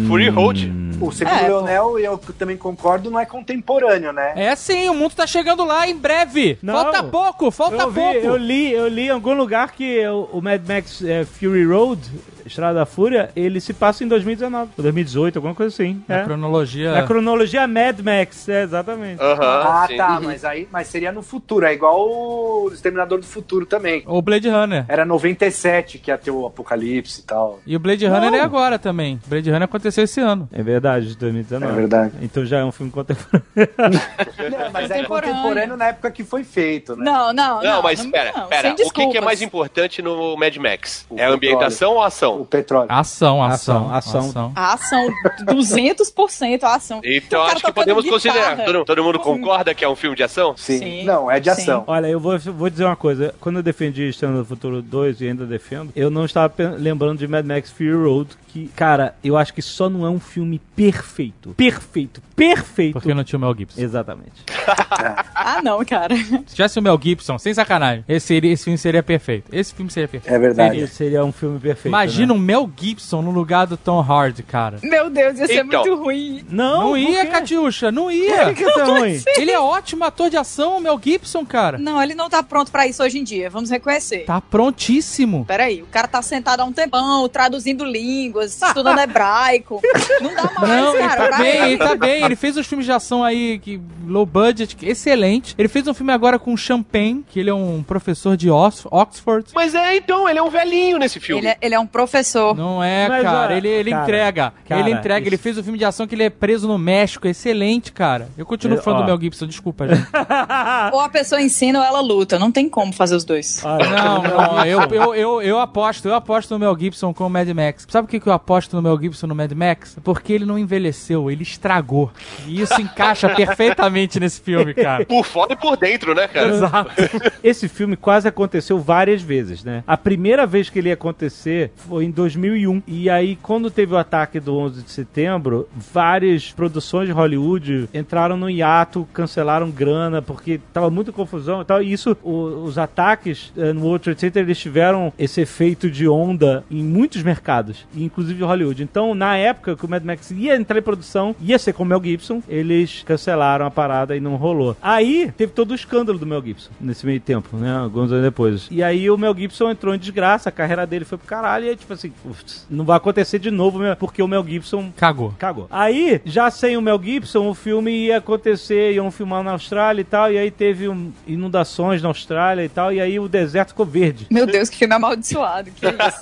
F: Fury Road.
E: O segundo
D: É, pô.
E: Leonel, e eu também concordo, não é contemporâneo, né?
C: É sim, o mundo tá chegando lá em breve.
E: Não.
C: Falta pouco, falta
B: eu vi,
C: pouco.
B: Eu li, eu li em algum lugar que o, o Mad Max eh, Fury Road, Estrada da Fúria, ele se passa em 2019, ou 2018, alguma coisa assim.
C: Na
B: é.
C: cronologia.
B: Na cronologia Mad Max, é, exatamente.
E: ah, tá, mas aí mas seria no futuro, é igual o Exterminador do Futuro também.
C: O Blade Runner.
E: Era 97 que ia ter o apocalipse e tal.
C: E o Blade Runner é agora também. Blade Runner aconteceu esse ano.
B: É verdade, de 2019.
E: É verdade.
B: Então já é um filme contemporâneo.
E: Não, mas é
D: Contemporâneo.
E: contemporâneo na época que foi feito, né?
D: Não, não, não.
F: Não, mas pera,
D: não,
F: pera.
D: sem
F: O que que, é
D: desculpas.
F: mais importante no Mad Max? é a ambientação ou a ação? O
E: petróleo.
C: Ação, ação,
B: ação.
D: A ação, 200% a ação.
F: Então
D: O cara
F: acho que
D: tocando
F: podemos
D: guitarra.
F: considerar. Todo, todo mundo concorda que é um filme de ação?
E: Sim. Não, é de
B: Sim. Olha, eu vou, vou dizer uma coisa. Quando eu defendi Estrela do Futuro 2 e ainda defendo, eu não estava pe- lembrando de Mad Max Fury Road, que, cara, eu acho que só não é um filme perfeito. Perfeito, perfeito.
C: Porque não tinha o Mel Gibson.
B: Exatamente.
D: Ah, não, cara.
C: Se tivesse o Mel Gibson, sem sacanagem, esse, seria- esse filme seria perfeito. Esse filme seria perfeito.
E: É
B: Seria,
C: Seria.
B: seria um filme perfeito.
C: Imagina o Mel Gibson no lugar do Tom Hardy, cara.
D: Meu Deus, ia ser
C: Então.
D: muito ruim.
B: Não,
C: Não ia,
D: por quê?
C: Catiuxa, não ia.
D: Por que que ia ser ruim?
C: Ele é ótimo ator de ação, o Mel Gibson, cara.
D: Não, ele não tá pronto pra isso hoje em dia, vamos reconhecer.
C: Tá prontíssimo.
D: Peraí, o cara tá sentado há um tempão, traduzindo línguas, estudando hebraico. Não dá mais,
C: Não, ele
D: cara.
C: tá
D: pra
C: bem,
D: ele.
C: ele tá bem. Ele fez uns filmes de ação aí, que, low budget, que- excelente. Ele fez um filme agora com o Champagne, que ele é um professor de Ox- Oxford.
F: Mas é, então, ele é um velhinho nesse filme.
D: Ele é, ele é um professor.
C: Não é, cara. ele ele
D: cara,
C: entrega.
D: cara,
C: ele entrega. Ele fez o filme de ação que ele é preso no México. Excelente, cara. Eu continuo
D: Eu-
C: falando
D: ó.
C: do Mel Gibson, desculpa, gente.
D: Ou a pessoa ensina ou ela luta. Não tem como fazer os dois.
C: Não, não, eu, eu, eu, eu aposto, eu aposto no Mel Gibson com o Mad Max. Sabe o que, que eu aposto no Mel Gibson no Mad Max? Porque ele não envelheceu, ele estragou. E isso encaixa perfeitamente nesse filme, cara.
F: Por fora e por dentro, né, cara?
B: Exato. Esse filme quase aconteceu várias vezes, né? A primeira vez que ele ia acontecer foi em 2001. E aí, quando teve o ataque do 11 de setembro, várias produções de Hollywood entraram no hiato, cancelaram grana, porque tava muita confusão e tal. E isso, o- os ataques eh, no World Trade Center, eles tiveram esse efeito de onda em muitos mercados, inclusive Hollywood. Então, na época que o Mad Max ia entrar em produção, ia ser com o Mel Gibson, eles cancelaram a parada e não rolou. Aí, teve todo o escândalo do Mel Gibson nesse meio tempo, né? Alguns anos depois. E aí, o Mel Gibson entrou em desgraça, a carreira dele foi pro caralho, e aí, tipo assim, "Putz, não vai acontecer de novo, né? porque o Mel Gibson
C: Cagou.
B: Cagou. Aí, já sem o Mel Gibson, o filme ia acontecer, iam filmar na Austrália e tal, e aí teve um- inundações na Austrália e tal, e aí o deserto ficou verde.
D: Meu Deus, que filme amaldiçoado. Que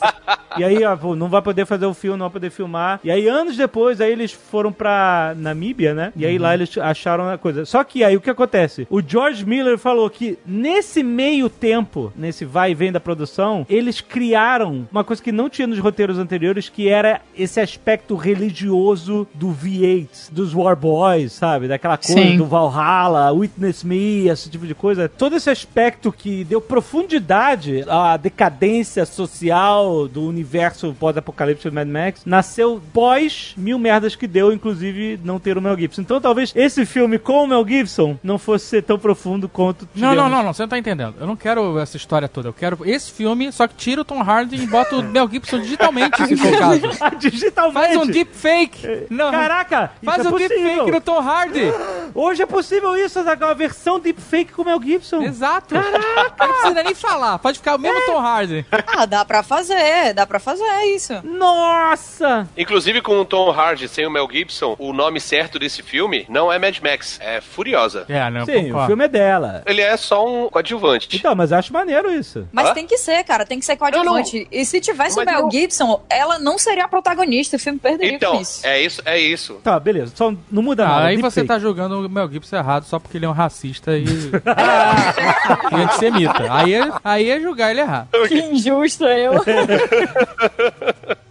B: E aí, ó, pô, não vai poder fazer o filme, não vai poder filmar. E aí, anos depois, aí eles foram pra Namíbia, né? E aí lá eles acharam a coisa. Só que aí o que acontece? O George Miller falou que nesse meio tempo, nesse vai e vem da produção, eles criaram uma coisa que não tinha nos roteiros anteriores, que era esse aspecto religioso do V8, dos War Boys, sabe? Daquela coisa
D: Sim.
B: do Valhalla, Witness Me, esse tipo de coisa. Todo esse aspecto que deu profundidade à decadência social do universo pós-apocalipse do Mad Max nasceu pós mil merdas que deu, inclusive não ter o Mel Gibson. Então talvez esse filme com o Mel Gibson não fosse ser tão profundo quanto
C: Não, não,
B: tivemos.
C: não, não, você não tá entendendo. Eu não quero essa história toda. Eu quero esse filme, só que tira o Tom Hardy e bota o Mel Gibson digitalmente, se for o caso.
B: Ah, Digitalmente.
C: Faz um deepfake. Não.
B: Caraca,
C: Faz
B: isso é
C: um
B: possível.
C: deepfake no Tom Hardy.
B: Hoje é possível isso, Zagal, a versão deepfake com o Mel Gibson. É.
C: Exato. Caraca. Não precisa nem falar, pode ficar o mesmo Tom Hardy.
D: Ah, dá pra fazer, dá pra fazer isso.
B: Nossa!
F: Inclusive com o Tom Hardy sem o Mel Gibson, o nome certo desse filme não é Mad Max, é Furiosa.
C: É, não,
B: Sim, o filme é dela.
F: Ele é só um coadjuvante.
B: Então, mas eu acho maneiro isso.
D: Mas
F: Hã?
D: tem que ser, cara, tem que ser coadjuvante. E se tivesse o
F: Mas
D: Mel
F: não-
D: Gibson, ela não seria a protagonista, o filme perderia
F: Então,
D: por isso.
F: é isso, é isso.
B: Tá, beleza. Só não muda
C: Ah,
B: nada.
C: aí você
B: deepfake.
C: tá julgando o Mel Gibson errado só porque ele é um racista e. e antissemita. Aí é, aí é julgar ele errado.
D: Que injusto eu.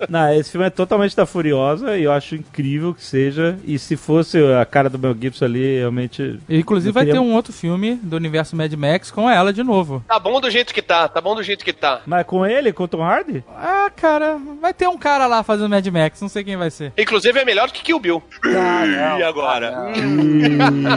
B: Não, esse filme é totalmente da Furiosa e eu acho incrível que seja. E se fosse a cara do Mel Gibson ali, realmente.
C: Inclusive vai ter um outro filme do universo Mad Max com ela de novo.
F: Tá bom do jeito que tá, tá bom do jeito que tá.
B: Mas com ele, com o Tom Hardy?
C: Ah, cara, vai ter um cara lá fazendo Mad Max, não sei quem vai ser.
F: Inclusive é melhor que Kill Bill.
E: Ah,
F: e agora?
C: um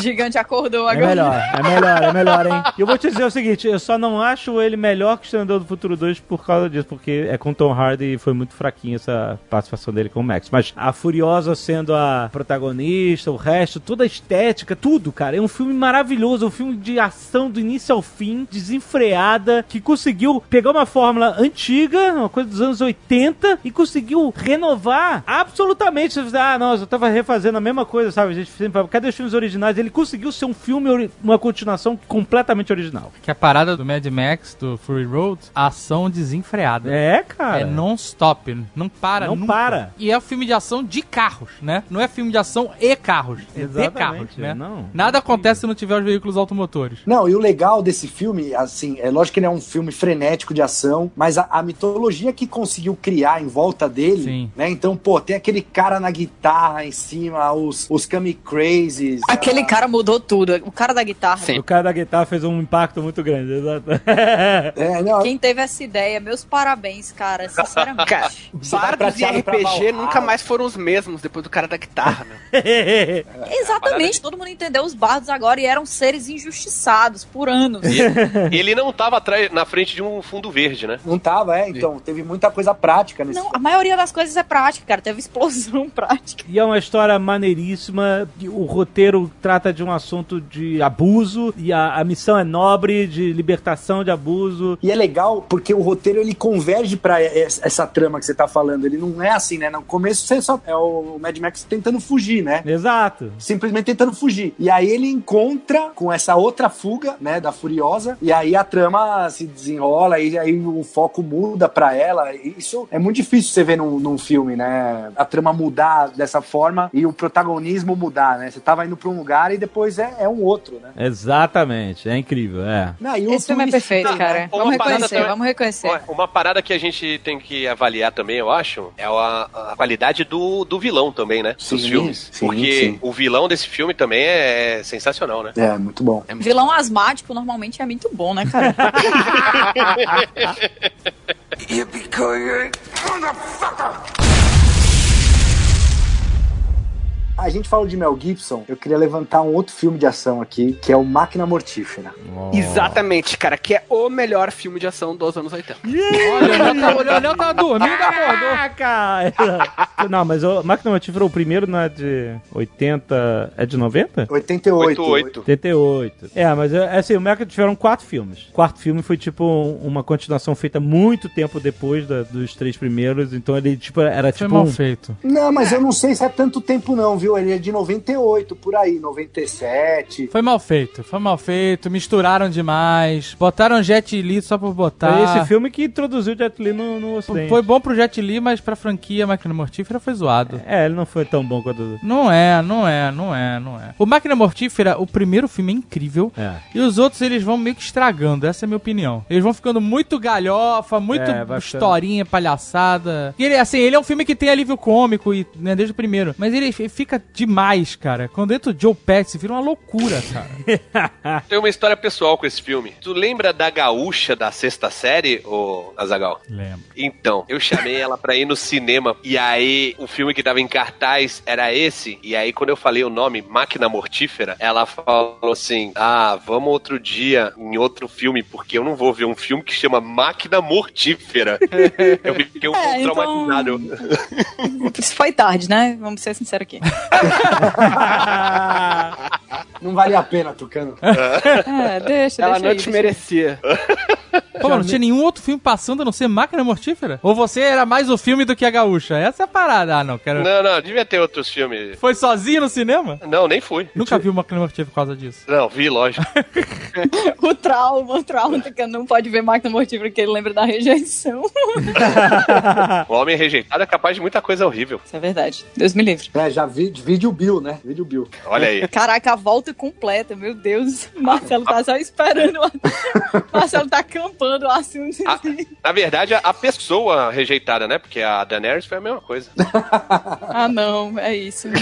D: Gigante acordou
B: É
D: agora.
B: melhor, é melhor, é melhor, hein? E eu vou te dizer o seguinte: eu só não acho ele melhor que o Exterminador do Futuro 2 por causa disso, porque é com o Tom Hardy e foi muito fraquinha essa participação dele com o Max. Mas a Furiosa sendo a protagonista, o resto, toda a estética, tudo, cara. É um filme maravilhoso, um filme de ação do início ao fim, desenfreada, que conseguiu pegar uma fórmula antiga, uma coisa dos anos 80, e conseguiu renovar absolutamente. Você diz, ah, nossa, eu tava refazendo a mesma coisa, sabe? A gente sempre fala, cadê os filmes originais? Ele conseguiu ser um filme, ori- uma continuação completamente original.
C: Que a parada do Mad Max, do Fury Road, a ação desenfreada.
B: É, cara.
C: É non-stop, não para
B: Não
C: nunca.
B: para.
C: E é um filme de ação de carros, né? Não é filme de ação e carros, é de
B: Exatamente,
C: carros, né?
B: não. é
C: Nada acontece se não tiver os veículos automotores.
E: Não, e o legal desse filme, assim, é lógico que ele é um filme frenético de ação, mas a, a mitologia que conseguiu criar em volta dele,
C: Sim.
E: né? Então, pô, tem aquele cara na guitarra em cima, os, os Ah. Kami Crazies.
D: Aquele cara mudou tudo. O cara da guitarra.
B: O cara da guitarra fez um impacto muito grande, exato.
E: É, não,
D: Quem teve essa ideia, meus parabéns, cara. Sinceramente.
G: Cara, bardos e
E: prateado pra
G: RPG
E: Valhalla.
G: nunca mais foram os mesmos depois do cara da guitarra, meu.
E: É,
D: Exatamente, todo mundo entendeu os bardos agora e eram seres injustiçados por anos.
F: E ele não tava atrás, na frente de um fundo verde, né?
E: não tava, é, então, teve muita coisa prática nesse
D: Não,
E: filme.
D: a maioria das coisas é prática, cara. Teve explosão prática.
B: E é uma história maneiríssima. que O roteiro trata de um assunto de abuso e a, a missão é nobre de libertação de abuso.
E: E é legal porque o roteiro ele converge para essa essa trama que você tá falando. Ele não é assim, né? No começo você só é o Mad Max tentando fugir, né?
B: Exato.
E: Simplesmente tentando fugir. E aí ele encontra com essa outra fuga, né, da Furiosa, e aí a trama se desenrola e aí o foco muda pra ela. E Isso é muito difícil você ver num, num filme, né? A trama mudar dessa forma e o protagonismo mudar, né? Você tava indo pra um lugar e depois é, é um outro, né?
B: Exatamente, é incrível, é.
E: Não, e o
D: Esse filme é
E: twist,
D: perfeito,
E: né?
D: cara.
F: Uma
D: Vamos
F: parada
D: reconhecer,
F: também-
D: vamos reconhecer.
F: Olha, Uma parada que a gente tem que avaliar também, eu acho, é a, a qualidade do, do vilão também, né? Dos
E: Sim,
F: filmes.
E: sim,
F: Porque
E: sim.
F: o vilão desse filme também é sensacional, né?
E: É, muito bom.
D: Vilão asmático normalmente é muito bom, né, cara?
E: A gente falou de Mel Gibson, eu queria levantar um outro filme de ação aqui, que é o Máquina Mortífera.
G: Exatamente, cara, que é o melhor filme de ação dos anos 80.
C: Olha, o Léo tá- olha, o Léo tá dormindo, acordou.
B: Caraca! é, não, mas o Máquina Mortífera, o primeiro não é de 80... É de 90?
E: 88.
F: 88.
B: 88. É, mas é, assim, o Mecha tiveram quatro filmes. O quarto filme foi tipo um- uma continuação feita muito tempo depois da- dos três primeiros, então ele tipo era
C: Foi
B: tipo
C: mal
B: um-
C: feito.
E: Não, mas eu não sei se é tanto tempo não, viu? Ele é de 98, por aí, 97.
C: Foi mal feito, foi mal feito, misturaram demais, botaram Jet Li só por botar.
B: Foi esse filme que introduziu o Jet Li no, no ocidente.
C: Tá. Foi bom pro Jet Li, mas pra franquia Máquina Mortífera foi zoado.
B: É, ele não foi tão bom quanto os
C: Não é, não é, não é, não é. O Máquina Mortífera, o primeiro filme é incrível.
B: É.
C: E os outros eles vão meio que estragando, essa é a minha opinião. Eles vão ficando muito galhofa, muito
B: É, bastante.
C: historinha, palhaçada. E ele, assim, ele é um filme que tem alívio cômico, e, né, desde o primeiro. Mas ele f- fica demais, cara. Quando entra o Joe Pesci, vira uma loucura, cara.
F: Tem uma história pessoal com esse filme. Tu lembra da gaúcha da sexta série, ô Azagal?
C: Lembro.
F: Então, eu chamei ela pra ir no cinema. E aí, o filme que tava em cartaz era esse. E aí, quando eu falei o nome, Máquina Mortífera, ela falou assim: Ah, vamos outro dia em outro filme, porque eu não vou ver um filme que chama Máquina Mortífera. eu fiquei um pouco
D: É, então-
F: traumatizado.
D: Isso foi tarde, né? Vamos ser sinceros aqui.
E: Não vale a pena, Tucano.
D: É, deixa, deixa
G: Ela não
D: aí,
G: te
D: deixa
G: merecia.
C: Pô, mas não tinha nenhum outro filme passando a não ser Máquina Mortífera? Ou você era mais o filme do que a gaúcha? Essa é a parada. Ah, não, quero...
F: Não, não, devia ter outros filmes.
C: Foi sozinho no cinema?
F: Não, nem fui.
C: Nunca vi o Máquina Mortífera por causa disso.
F: Não, vi, lógico.
D: O trauma, o trauma que eu não pode ver máquina mortífera porque ele lembra da rejeição.
F: O Homem Rejeitado é capaz de muita coisa horrível.
D: Isso é verdade. Deus me livre.
E: É, já vi vídeo Bill, né? Vídeo Bill.
F: Olha aí.
D: Caraca, a volta completa, meu Deus. Marcelo tá só esperando. Marcelo tá acampando o assunto.
F: Ah. Na verdade, a- a pessoa rejeitada, né? Porque a Daenerys foi a mesma coisa.
D: Ah, não, é isso. né?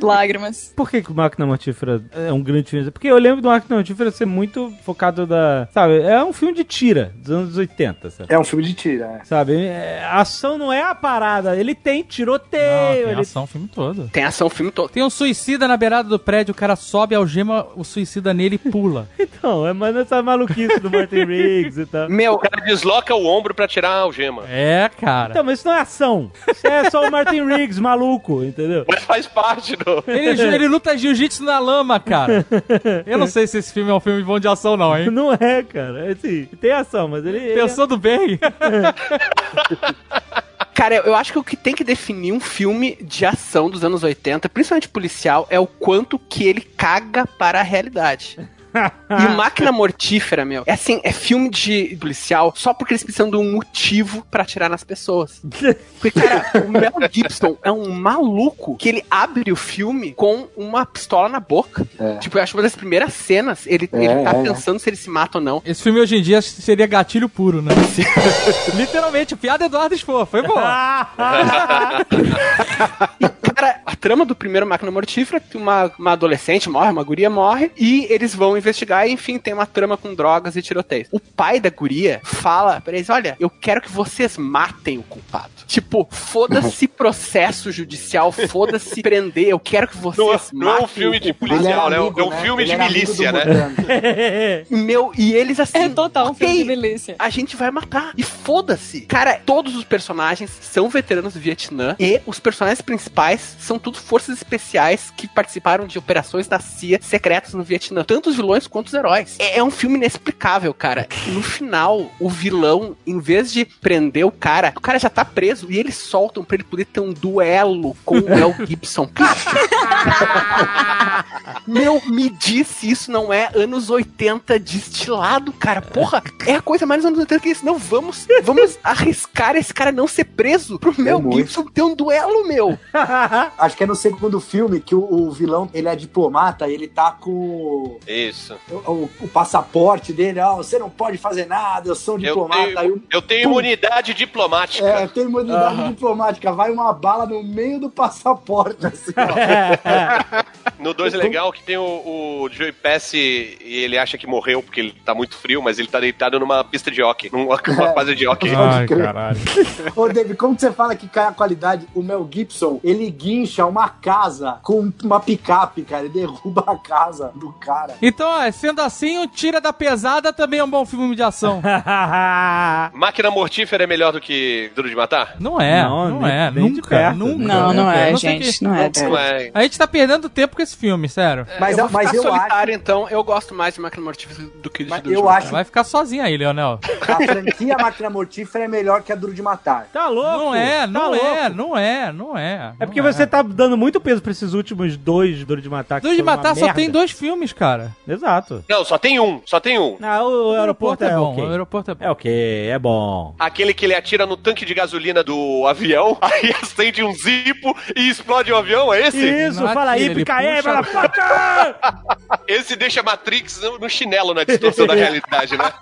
D: Lágrimas.
B: Por que, que o Máquina Mortífera é um grande filme? Porque eu lembro do Máquina Mortífera ser muito focado da... Sabe, é um filme de tira, dos anos 80, sabe?
E: É um filme de tira, é.
B: Sabe, é, a ação não é a parada. Ele tem
C: Não,
B: tiroteio,
C: tem
B: ele
C: ação o filme todo.
G: Tem ação o filme todo.
C: Tem um suicida na beirada do prédio, o cara sobe, algema o suicida nele e pula.
B: Então, é mais essa maluquice do Martin Riggs e tal.
F: O
G: Meu,
F: cara desloca o ombro pra tirar a algema.
C: É, cara.
B: Então, mas isso não é ação. Isso é só o Martin Riggs, maluco, entendeu?
F: Mas faz parte do.
C: Ele, ele luta jiu-jitsu na lama, cara. Eu não sei se esse filme é um filme bom de ação, não, hein?
B: Não é, cara. É Assim, tem ação, mas ele. é ele
C: Pensando bem.
G: cara, eu acho que o que tem que definir um filme de ação dos anos 80, principalmente policial, é o quanto que ele caga para a realidade. E Máquina Mortífera, meu, é assim, é filme de policial só porque eles precisam de um motivo pra atirar nas pessoas. Porque, cara, o Mel Gibson é um maluco que ele abre o filme com uma pistola na boca.
E: É.
G: Tipo, eu acho que uma das primeiras cenas, ele,
E: É,
G: ele tá
E: é, é.
G: pensando se ele se mata ou não.
C: Esse filme hoje em dia seria gatilho puro, né? Literalmente, piada Eduardo Spohr, foi boa.
G: Cara, É. a trama do primeiro Máquina Mortífera, que uma, uma adolescente morre, uma guria morre, e eles vão investigar, e enfim, tem uma trama com drogas e tiroteios. O pai da guria fala pra eles, olha, eu quero que vocês matem o culpado. Tipo, foda-se processo judicial, foda-se prender, eu quero que vocês
F: Não, é-
G: matem
F: não é um filme
G: o
F: de
G: culpado.
E: Ele era
F: policial, né? É um-
E: amigo,
F: é um filme
E: Ele
F: de
E: era amigo
F: milícia,
E: do
F: né?
E: Morgana.
G: Meu, e eles assim...
D: É total um filme de
G: "Ok,
D: milícia.
G: a gente vai matar. E foda-se. Cara, todos os personagens são veteranos do Vietnã e os personagens principais são são tudo forças especiais que participaram de operações da CIA secretas no Vietnã. Tanto os vilões quanto os heróis. É, é um filme inexplicável, cara. No final, o vilão, em vez de prender o cara, o cara já tá preso e eles soltam pra ele poder ter um duelo com o Mel Gibson. Cara, meu, me disse isso não é anos 80 destilado, cara. Porra, é a coisa mais anos 80 que isso. Não, vamos, vamos arriscar esse cara não ser preso pro Mel
E: É muito.
G: Gibson ter um duelo, meu.
E: Acho que é no segundo filme que o, o vilão, ele é diplomata e ele tá com
F: Isso.
E: o, o- o passaporte dele. Ah, você não pode fazer nada, eu sou um
F: Eu
E: diplomata. Aí o-
F: tenho, eu tenho imunidade diplomática.
E: É, tem imunidade diplomática. Vai uma bala no meio do passaporte, assim, ó.
F: No 2 é legal que tem o, o Joey Pass e e ele acha que morreu porque ele tá muito frio, mas ele tá deitado numa pista de hockey, numa numa quadra de hockey.
C: Ai,
E: crer.
C: caralho.
E: Ô, David, como que você fala que cai a qualidade? O Mel Gibson, ele guincha uma casa com uma picape, cara. Ele derruba a casa do cara.
C: Então, ó, sendo assim, o Tira da Pesada também é um bom filme de ação.
F: Máquina Mortífera é melhor do que Duro de Matar?
C: Não é,
B: Não,
C: não,
B: nem-
C: é,
B: nem de
C: nunca,
B: perto.
C: nunca.
D: Não, não é,
C: Eu sei
D: gente.
C: que-
D: Não é.
F: Não é.
C: A gente tá perdendo tempo com esse filme, sério.
E: Mas
G: É, eu
E: eu, mas
G: ficar
E: eu acho.
G: solitário, então, eu gosto mais de Máquina Mortífera do que de
E: mas
G: Duro de
E: eu
G: Matar.
E: acho
C: Vai ficar sozinho aí, Leonel.
E: que a franquia Máquina Mortífera é melhor que a Duro de Matar.
B: Tá louco?
C: Não é,
B: tá
C: não
B: louco.
C: é, não é, não é.
B: É porque você tá dando muito peso pra esses últimos dois Duro de Matar. que
C: Duro de
B: foram uma
C: Matar só
B: merda.
C: tem dois filmes, cara.
B: Exato.
F: Não, só tem um, só tem um.
B: Ah, o, aeroporto, é,
C: bom,
B: ok.
C: o aeroporto é bom.
B: É ok, é bom.
F: Aquele que ele atira no tanque de gasolina do avião, aí acende um zipo e explode o avião, é esse?
B: Isso,
C: Não
B: fala aí,
C: atira, ele
B: pica aí,
C: puxa-
B: motherfucker!
F: Esse deixa a Matrix no no chinelo na distorção da realidade, né?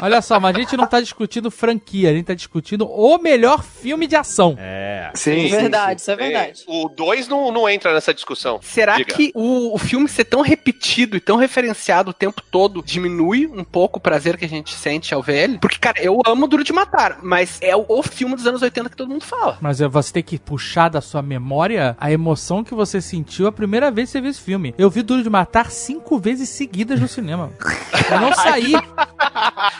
C: Olha só, mas a gente não tá discutindo franquia, a gente tá discutindo o melhor filme de ação.
B: É.
E: Sim,
D: Verdade, isso é verdade.
F: o 2 não, não entra nessa discussão.
G: Será
F: Diga.
G: que o, o filme ser tão repetido e tão referenciado o tempo todo diminui um pouco o prazer que a gente sente ao ver ele? Porque, cara, eu amo Duro de Matar, mas é o, o filme dos anos 80 que todo mundo fala.
C: Mas é, você tem que puxar da sua memória a emoção que você sentiu a primeira vez que você viu esse filme. Eu vi Duro de Matar cinco vezes seguidas no cinema. Eu não saí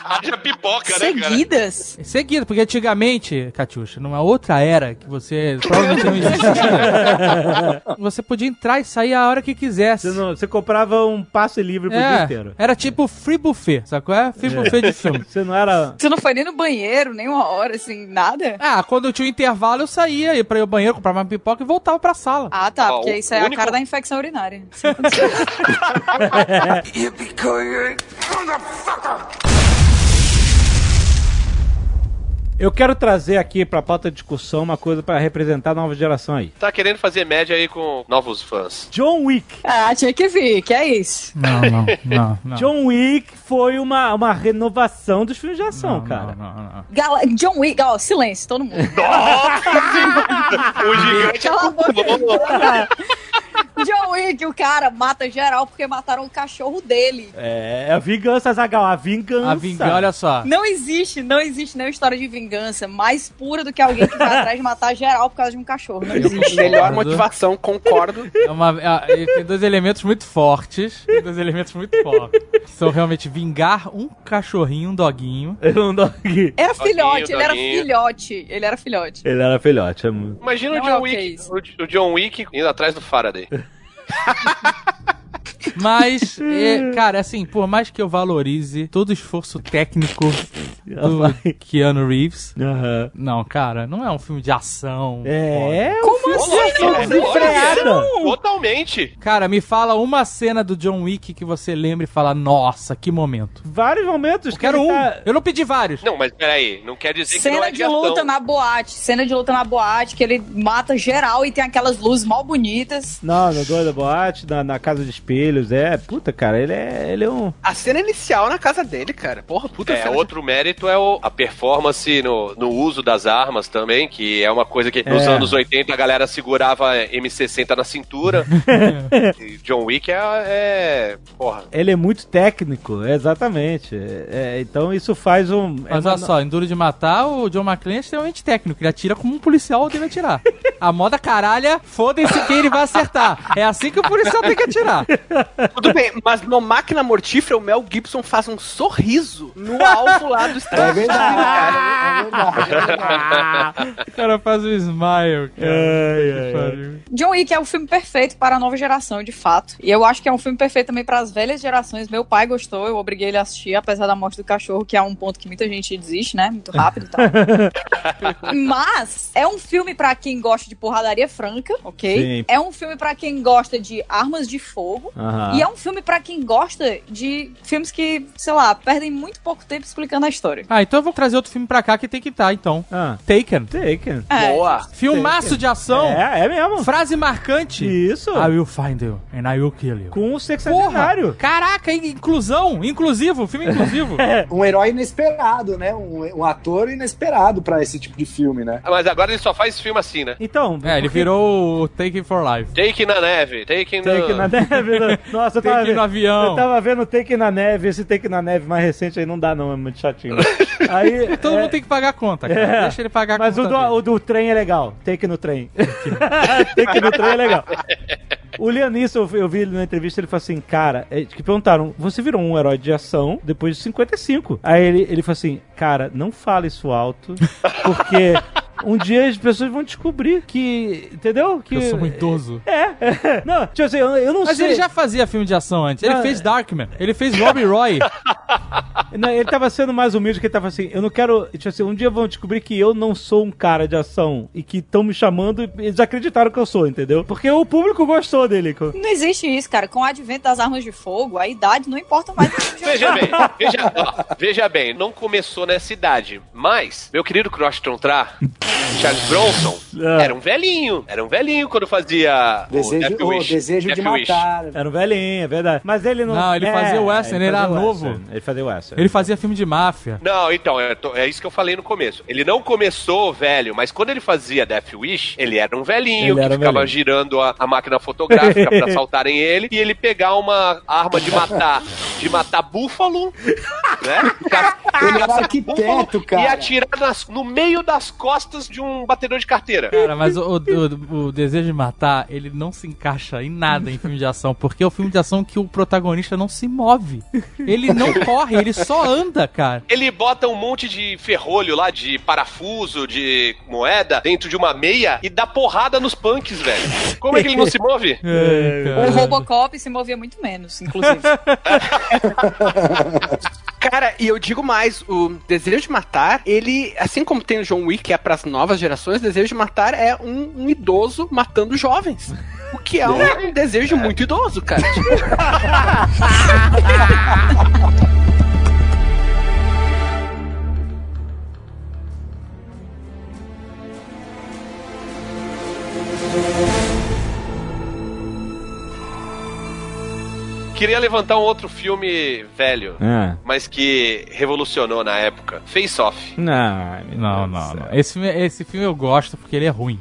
F: Haja pipoca, né, cara?
D: Seguidas?
C: em seguida, porque antigamente, Catiuxa, numa outra era que você provavelmente não existia, você podia entrar e sair a hora que quisesse.
B: Você, não- você comprava um passe livre pro dia inteiro.
C: É, era tipo free buffet, sabe qual é? Free buffet de filme.
B: Você não era.
D: Tu não foi nem no banheiro, nem uma hora, assim, nada?
C: Ah, quando eu tinha um intervalo, eu saía, ia pra ir ao banheiro, comprava uma pipoca e voltava pra sala.
D: Ah, tá,
F: Ó,
D: porque
F: o
D: isso é a
F: único-
D: cara da infecção urinária.
B: Eu quero trazer aqui pra pauta de discussão uma coisa pra representar a nova geração aí.
F: Tá querendo fazer média aí com novos fãs.
B: John Wick.
D: ah, tinha que vir, que é isso.
C: Não, não, não, não.
B: John Wick foi uma, uma renovação dos filmes de ação, cara.
C: Não, não, não.
D: Gala- John Wick, ó, silêncio, todo mundo.
F: O gigante
D: Cala a boca. John Wick, o cara mata geral porque mataram o cachorro dele.
B: É, a vingança, Zagal, a vingança.
C: A vingança, olha
B: Tá.
C: só.
D: Não existe, não existe nenhuma história de vingança mais pura do que alguém que vai atrás de matar geral por causa de um cachorro. Não existe.
G: Melhor
C: Concordo.
G: motivação, concordo.
C: É uma, é- é- tem dois elementos muito fortes. Tem dois elementos muito fortes. Que são realmente vingar um cachorrinho, um doguinho.
B: Eu não dou aqui.
D: Era
F: Doguinho,
D: filhote, ele era
F: doguinho.
D: filhote. Ele era filhote.
B: Ele era filhote, é muito.
F: Imagina
D: Não
F: o
D: é
F: John,
D: ok
F: Wick,
D: isso.
F: o, o John Wick indo atrás do Faraday.
C: Mas, é, cara, assim, por mais que eu valorize todo o esforço técnico do Keanu Reeves.
B: Aham.
C: Não, cara, não é um filme de ação.
B: É,
D: Como
B: ação desenfreada.
F: Totalmente.
C: Cara, me fala uma cena do John Wick que você lembra e fala, nossa, que momento.
B: Vários momentos.
C: Eu quero
B: que
C: um.
B: ele tá-
C: Eu não pedi vários.
F: Não, mas peraí, não quer dizer que não
D: Cena
F: é
D: de luta
F: ação.
D: na boate. Cena de luta na boate, que ele mata geral e tem aquelas luzes mal bonitas.
B: Não, no dois da boate, na, na casa de espelhos, é. Puta, cara, ele é, ele é um.
G: A cena inicial na casa dele, cara. Porra, puta
F: É,
G: cena.
F: outro mérito é o- a performance no, no uso das armas também, que é uma coisa que nos
B: É.
F: anos 80 a galera segurava M60 na cintura. E John Wick é, é. Porra.
B: Ele é muito técnico, exatamente. É, é, então isso faz um. é
C: Mas
B: uma-
C: olha só, em Duro de Matar, o John McClane é extremamente técnico. Ele atira como um policial deve atirar. A moda caralha, fodem-se quem ele vai acertar. É assim que o policial tem que atirar.
G: Tudo bem, mas no Máquina Mortífera, o Mel Gibson faz um sorriso no alvo lá do
C: É verdade, cara. o cara faz um smile, cara.
B: Ai,
C: Que pariu.
D: John Wick é o filme perfeito para a nova geração, de fato. E eu acho que é um filme perfeito também para as velhas gerações. Meu pai gostou, eu obriguei ele a assistir, apesar da morte do cachorro, que é um ponto que muita gente desiste, né? Muito rápido e tal. Mas é um filme pra quem gosta de porradaria franca, ok?
B: Sim.
D: É um filme pra quem gosta de armas de fogo.
B: Aham.
D: E é um filme pra quem gosta de filmes que, sei lá, perdem muito pouco tempo explicando a história.
C: Ah, então eu vou trazer outro filme pra cá que tem que estar, então.
B: Ah.
C: Taken.
B: Taken.
D: É,
G: Boa.
C: Filmaço de ação.
B: É, é mesmo.
C: Frase marcante. Ah,
B: Isso.
C: I will find you and I will kill you.
B: Com o sexagenário.
C: Caraca, in- inclusão, inclusivo, filme inclusivo.
E: Um herói inesperado, né? Um, um ator inesperado pra esse tipo de filme, né?
F: Ah, Mas agora ele só faz filme assim, né?
B: Então,
C: é, ele
B: porque-
C: virou o Taken for Life.
F: Take na neve, take na...
B: Take na neve. né? Nossa, eu
C: Take
B: tava
C: no
B: vendo.
C: avião.
B: Eu tava vendo Take na neve. Esse Take na neve mais recente aí não dá, não. É muito chatinho. Aí.
C: Todo
B: é,
C: mundo tem que pagar a conta, cara.
B: É.
C: Deixa ele pagar a
B: Mas o
C: conta.
B: do,
C: dele.
B: o do trem é legal. Take no trem. Take no trem é legal. O Leonisson, eu vi- eu vi ele na entrevista, ele falou assim, cara, é, que perguntaram, você virou um herói de ação depois de 55. Aí ele, ele falou assim, cara, não fala isso alto, porque um dia as pessoas vão descobrir que, entendeu? Que
C: Eu sou um idoso.
B: É, é. Não, tipo assim, eu, eu não
C: Mas
B: sei.
C: ele já fazia filme de ação antes. Ele
B: Ah,
C: fez Darkman. Ele fez Robbie Roy.
B: Não, ele tava sendo mais humilde, que ele tava assim, eu não quero. Tipo assim, um dia vão descobrir que eu não sou um cara de ação e que estão me chamando e eles acreditaram que eu sou, entendeu? Porque o público gostou dele. co-
D: Não existe isso, cara. Com o advento das armas de fogo, a idade não importa mais.
F: Veja bem, veja, ó, veja bem, não começou nessa idade, mas meu querido Croston Tra, Charles Bronson,
B: Ah.
F: era um velhinho, era um velhinho quando fazia
E: Desejo,
F: o
E: oh,
F: Deathwish.
E: desejo de
F: Deathwish.
E: matar.
B: Era um velhinho, é verdade. Mas ele não.
C: Não, ele
B: é,
C: fazia western, ele
B: fazia
C: era
B: western,
C: novo.
B: Ele fazia western.
C: Ele fazia filme de máfia.
F: Não, então, é, to- é isso que eu falei no começo. Ele não começou velho, mas quando ele fazia Death Wish, ele era um velhinho
B: Ele
F: que
B: era um
F: ficava
B: velhinho.
F: girando a, a máquina fotográfica pra assaltarem ele e ele pegar uma arma de matar, de matar búfalo, né? Ca-
E: Ele era
F: caçar
E: arquiteto,
F: búfalo E
E: cara.
F: atirar nas- no meio das costas de um batedor de carteira.
C: Cara, mas o, o- o- o Desejo de Matar, ele não se encaixa em nada em filme de ação, porque é o filme de ação que o protagonista não se move. Ele não corre, ele só anda, cara.
F: Ele bota um monte de ferrolho lá, de parafuso, de moeda, dentro de uma meia e dá porrada nos punks, velho. Como é que ele não se move?
C: É,
D: O Robocop se movia muito menos, inclusive.
G: Cara, e eu digo mais, o Desejo de Matar, ele, assim como tem o John Wick, que é pras novas gerações, Desejo de Matar é um, um idoso matando jovens. O que é um, um desejo muito idoso, cara. Tipo,
F: Queria levantar um outro filme velho,
B: Ah.
F: mas que revolucionou na época. Face Off.
B: Não,
C: Não, não, não. Esse, filme- esse filme eu gosto porque ele é ruim.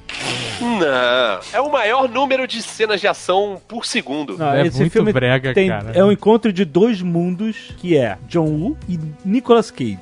F: Não. É o maior número de cenas de ação por segundo.
B: Não,
C: É
B: Ah, esse
C: muito
B: filme
C: brega,
B: tem,
C: cara.
B: É um encontro de dois mundos, que é John Woo e Nicolas Cage.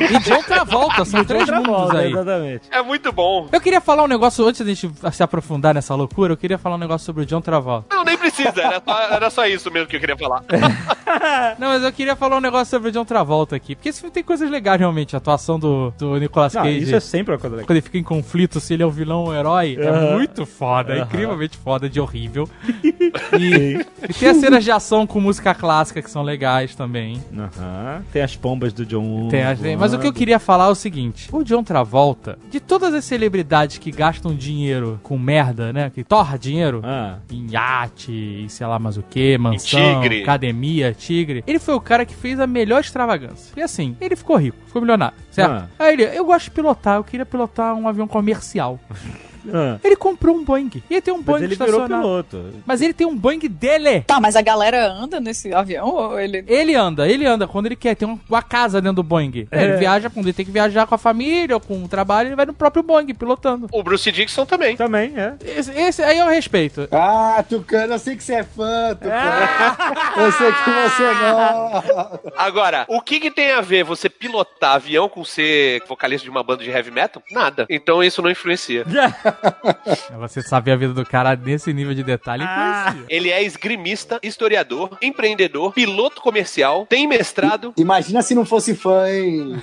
C: E de outra volta, são três
B: Outra
C: mundos
B: volta,
C: aí.
B: Exatamente.
F: É muito bom.
C: Eu queria falar um negócio, antes da gente se aprofundar nessa loucura, eu queria falar um negócio sobre o John Travolta.
F: Não, nem precisa. Era só, era só isso mesmo que eu queria falar.
C: Não, mas eu queria falar um negócio sobre o John Travolta aqui, porque esse filme tem coisas legais realmente, a atuação do, do Nicolas
B: Não,
C: Cage.
B: isso é sempre uma coisa legal.
C: Quando ele fica em conflito se ele é o vilão ou o herói, é
B: Aham.
C: muito foda, é
B: Aham.
C: incrivelmente foda de horrível. E, e tem as cenas de ação com música clássica que são legais também.
B: Aham. Tem as pombas do John Woo.
C: Tem as- mas o que eu queria falar é o seguinte: o John Travolta, de todas as celebridades que gastam dinheiro com merda, né? Que torra dinheiro.
B: Ah.
C: Em iate, em sei lá mais o que, mansão,
F: tigre.
C: academia, tigre. Ele foi o cara que fez a melhor extravagância. E assim, ele ficou rico, ficou milionário,
B: Ah.
C: certo? Aí ele, eu gosto de pilotar, eu queria pilotar um avião comercial.
B: ah.
C: Ele comprou um Boeing. E ele tem um
B: Mas
C: Boeing
B: ele virou
C: estacionado.
B: piloto.
C: Mas ele tem um Boeing dele.
D: tá, mas a galera anda nesse avião ou ele.
C: Ele anda, ele anda quando ele quer. Tem uma, uma casa dentro do Boeing. É, Ele viaja quando ele tem que viajar com a família ou com o trabalho, ele vai no próprio Boeing pilotando.
F: O Bruce Dixon também.
B: Também, é.
C: Esse, esse aí eu respeito.
E: Ah, Tucano, eu sei que você é fã, Tucano.
C: É.
E: Eu sei que você é não.
F: Agora, o que, que tem a ver você pilotar avião com ser vocalista de uma banda de heavy metal? Nada. Então isso não influencia.
C: Você sabe a vida do cara nesse nível de detalhe.
E: Ah.
F: Ele é esgrimista, historiador, empreendedor, piloto comercial, tem mestrado.
E: Imagina se não fosse fã, hein?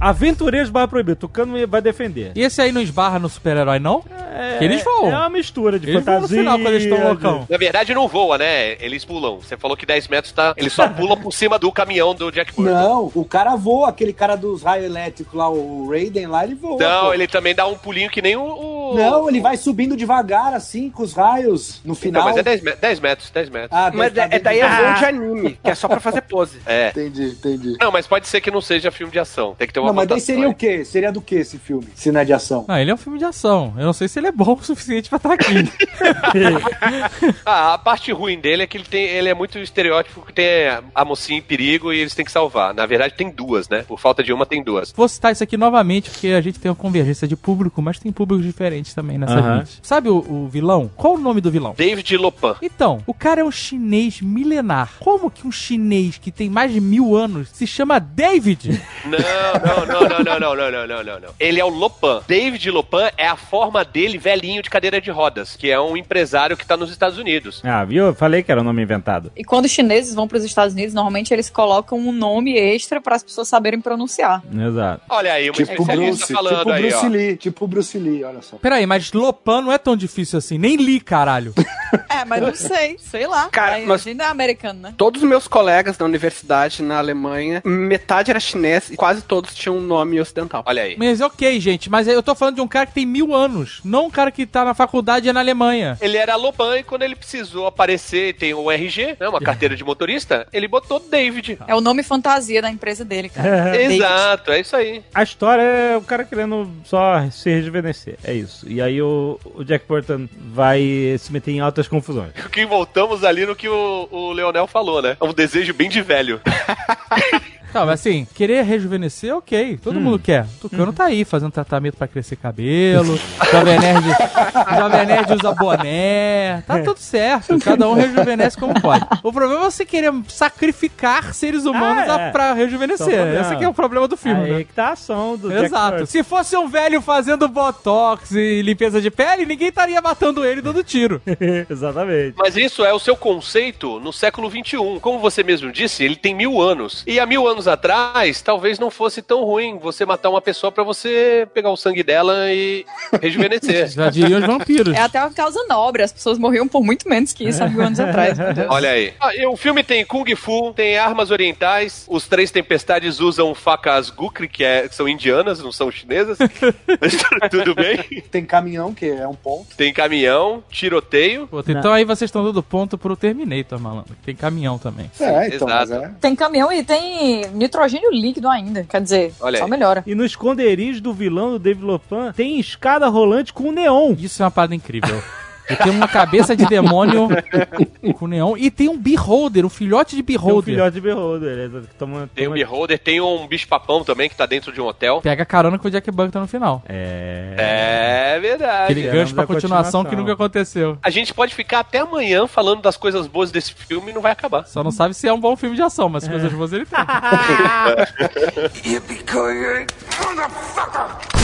B: Aventureiros barra proibido. Tucano vai defender.
C: E esse aí não esbarra no super-herói, não? Que eles vão.
B: É uma mistura de
C: Eles vão no
B: fantasia.
C: final, quando eles estão loucão.
F: Na verdade, não voa, né? Eles pulam. Você falou que 10 metros tá. Ele só pula por cima do caminhão do Jack Burton.
E: Não, o cara voa, aquele cara dos raios elétricos lá, o Raiden lá, ele voa.
F: Não,
E: pô.
F: ele também dá um pulinho que nem o. o-
E: Não, ele vai subindo devagar, assim, com os raios, no
F: Não,
E: final.
F: mas é 10, me- 10 metros, 10 metros.
E: Ah,
G: Mas
E: deve
G: é,
E: tá
G: é daí é
E: dentro do-
G: voo de anime, que é só pra fazer pose.
F: É.
E: Entendi, entendi.
F: Não, mas pode ser que não seja filme de ação. Tem que ter uma
E: Não, mas daí
F: votação né?
E: seria
F: aí.
E: o quê? Seria do que esse filme, se não é de ação?
C: Não, ele é um filme de ação. Eu não sei se ele é bom o suficiente pra estar aqui.
F: Ah, a parte ruim dele é que ele, tem, ele é muito estereótipo que tem a mocinha em perigo e eles têm que salvar. Na verdade, tem duas, né? Por falta de uma, tem duas.
C: Vou citar isso aqui novamente, porque a gente tem uma convergência de público, mas tem públicos diferentes também nessa
B: Aham.
C: gente. Sabe o, o vilão? Qual o nome do vilão?
F: David Lopan.
C: Então, o cara é um chinês milenar. Como que um chinês que tem mais de mil anos se chama David?
F: Não, não, não, não, não, não, não, não, não, não. Ele é o Lopan. David Lopan é a forma dele velhinho de cadeira de rodas, que é um empresário que tá nos Estados Unidos.
B: Ah, viu? Eu falei que era um nome inventado.
D: E quando os chineses vão para os Estados Unidos, normalmente eles colocam um nome extra para as pessoas saberem pronunciar.
B: Exato.
F: Olha aí, uma
E: Tipo
F: especialista
E: Bruce,
F: falando
E: tipo
F: aí,
E: Bruce
F: ó.
E: Lee, tipo Bruce Lee, olha só.
C: Peraí, mas Lopan não é tão difícil assim. Nem li, caralho.
D: É, mas não sei, sei lá.
G: Cara,
D: Aí,
G: mas-
D: A gente não é americano, né?
G: Todos os meus colegas da universidade na Alemanha, metade era chinês e quase todos tinham um nome ocidental.
F: Olha aí.
C: Mas ok, gente, mas eu tô falando de um cara que tem mil anos, não um cara que tá na faculdade e é na Alemanha.
F: Ele era Lopan e quando ele precisou aparecer, tem o RG, né,
E: É.
F: uma carteira de motorista, ele botou David.
D: É o nome fantasia da empresa dele, cara. David.
F: Exato, é isso aí.
B: A história é o cara querendo só se rejuvenescer. É isso. E aí o, o Jack Burton vai se meter em altas confusões.
F: Que voltamos ali no que o, o Leonel falou, né? É um desejo bem de velho.
C: Tá, mas assim, querer rejuvenescer, ok. Todo
B: Hum.
C: mundo quer. O Tucano tá aí fazendo tratamento pra crescer cabelo. Jovem Nerd, Jovem Nerd usa boné.
B: É.
C: Tá tudo certo. Cada um rejuvenesce como pode. O problema é você querer sacrificar seres humanos
B: Ah, é.
C: a- pra
B: Esse é o
C: rejuvenescer.
B: problema.
C: Esse aqui é o problema do filme,
B: Aí
C: né?
B: que tá a ação do Jack
C: Exato.
B: Burton.
C: Se fosse um velho fazendo botox e limpeza de pele, ninguém estaria matando ele e dando tiro.
B: Exatamente.
F: Mas isso é o seu conceito no século XXI. Como você mesmo disse, ele tem mil anos. E há mil anos atrás, talvez não fosse tão ruim você matar uma pessoa pra você pegar o sangue dela e rejuvenescer.
C: Já diriam os vampiros.
D: É até uma causa nobre, as pessoas morriam por muito menos que isso há mil anos atrás. meu Deus.
F: Olha aí. Ah, e o filme tem Kung Fu, tem armas orientais, os três tempestades usam facas Gukri, que, é- que são indianas, não são chinesas. Mas tudo bem.
E: Tem caminhão, que é um ponto.
F: Tem caminhão, tiroteio.
C: Puta, então aí vocês estão dando ponto pro Terminator, malandro. que Tem caminhão também.
E: É, então, mas
F: exato.
E: é.
D: Tem caminhão e tem nitrogênio líquido ainda. Quer dizer,
F: Olha
D: só
F: aí.
D: melhora.
B: E no esconderijo do vilão do David Lopan tem escada rolante com um neon.
C: Isso é uma parada incrível. E tem uma cabeça de demônio com neon. E tem um beholder, um filhote de
B: Tem um
C: beholder.
B: filhote de Beholder. é, que Toma,
F: Tem um
B: toma-
F: Beholder, tem um bicho-papão também que tá dentro de um hotel.
C: Pega carona com o Jack Buck tá no final.
F: É verdade.
C: Aquele
B: é,
C: gancho pra
B: da
C: continuação,
B: continuação.
C: que nunca aconteceu.
F: A gente pode ficar até amanhã falando das coisas boas desse filme e não vai acabar.
C: Só não sabe se é um bom filme de ação, mas as coisas boas ele tem. Ah,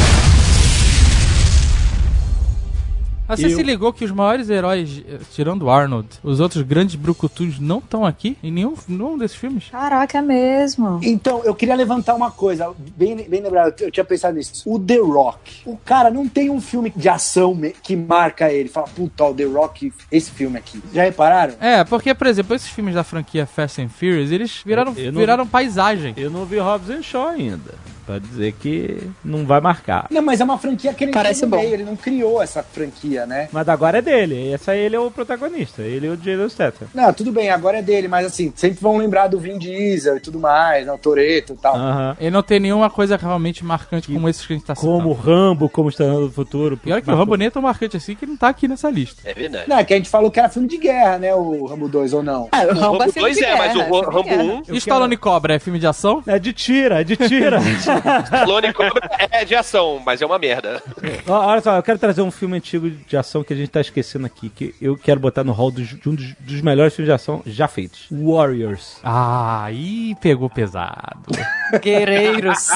C: Você
B: Eu-
C: se ligou que os maiores heróis, eh, tirando o Arnold, os outros grandes brucutus não estão aqui em nenhum, nenhum desses filmes?
D: Caraca, é mesmo.
E: Então, eu queria levantar uma coisa, bem, bem lembrado, eu tinha pensado nisso. O The Rock. O cara não tem um filme de ação me- que marca ele. Fala, puta, o The Rock, esse filme aqui. Já repararam?
C: É, porque, por exemplo, esses filmes da franquia Fast and Furious, eles viraram,
B: Eu não-
C: viraram paisagem.
B: Eu não vi Hobbs and Shaw ainda. Pra dizer que não vai marcar.
E: Não, mas é uma franquia que ele
D: Parece
E: não
D: bom.
E: ele não criou essa franquia, né?
B: Mas agora é dele. Essa ele é o protagonista. Ele é o Jason Statham.
E: Não, tudo bem, agora é dele, mas assim, sempre vão lembrar do Vin Diesel e tudo mais, né, o Toreto e tal.
B: Aham.
C: Ele não tem nenhuma coisa realmente marcante como esses que a gente tá
B: Como o
C: citando.
B: Rambo, como Estrela do Futuro.
C: E olha que o Rambo nem é tão marcante assim que ele não tá aqui nessa lista.
F: É verdade.
E: Não, é que a gente falou que era filme de guerra, né, o Rambo 2, ou não?
D: Ah, o
F: O Rambo
D: filme
F: 2
D: de
F: é, mas o
D: guerra,
F: Ro-
D: filme de
F: Rambo
D: guerra.
F: 1.
C: E Stallone Cobra é filme de ação?
B: É de tira, é de tira.
F: Stallone Cobra é de ação, mas é uma merda.
B: Ó, Olha só, eu quero trazer um filme antigo de ação que a gente tá esquecendo aqui, que eu quero botar no hall dos- de um dos, dos melhores filmes de ação já feitos. Warriors.
C: Ah, aí pegou pesado.
D: Guerreiros.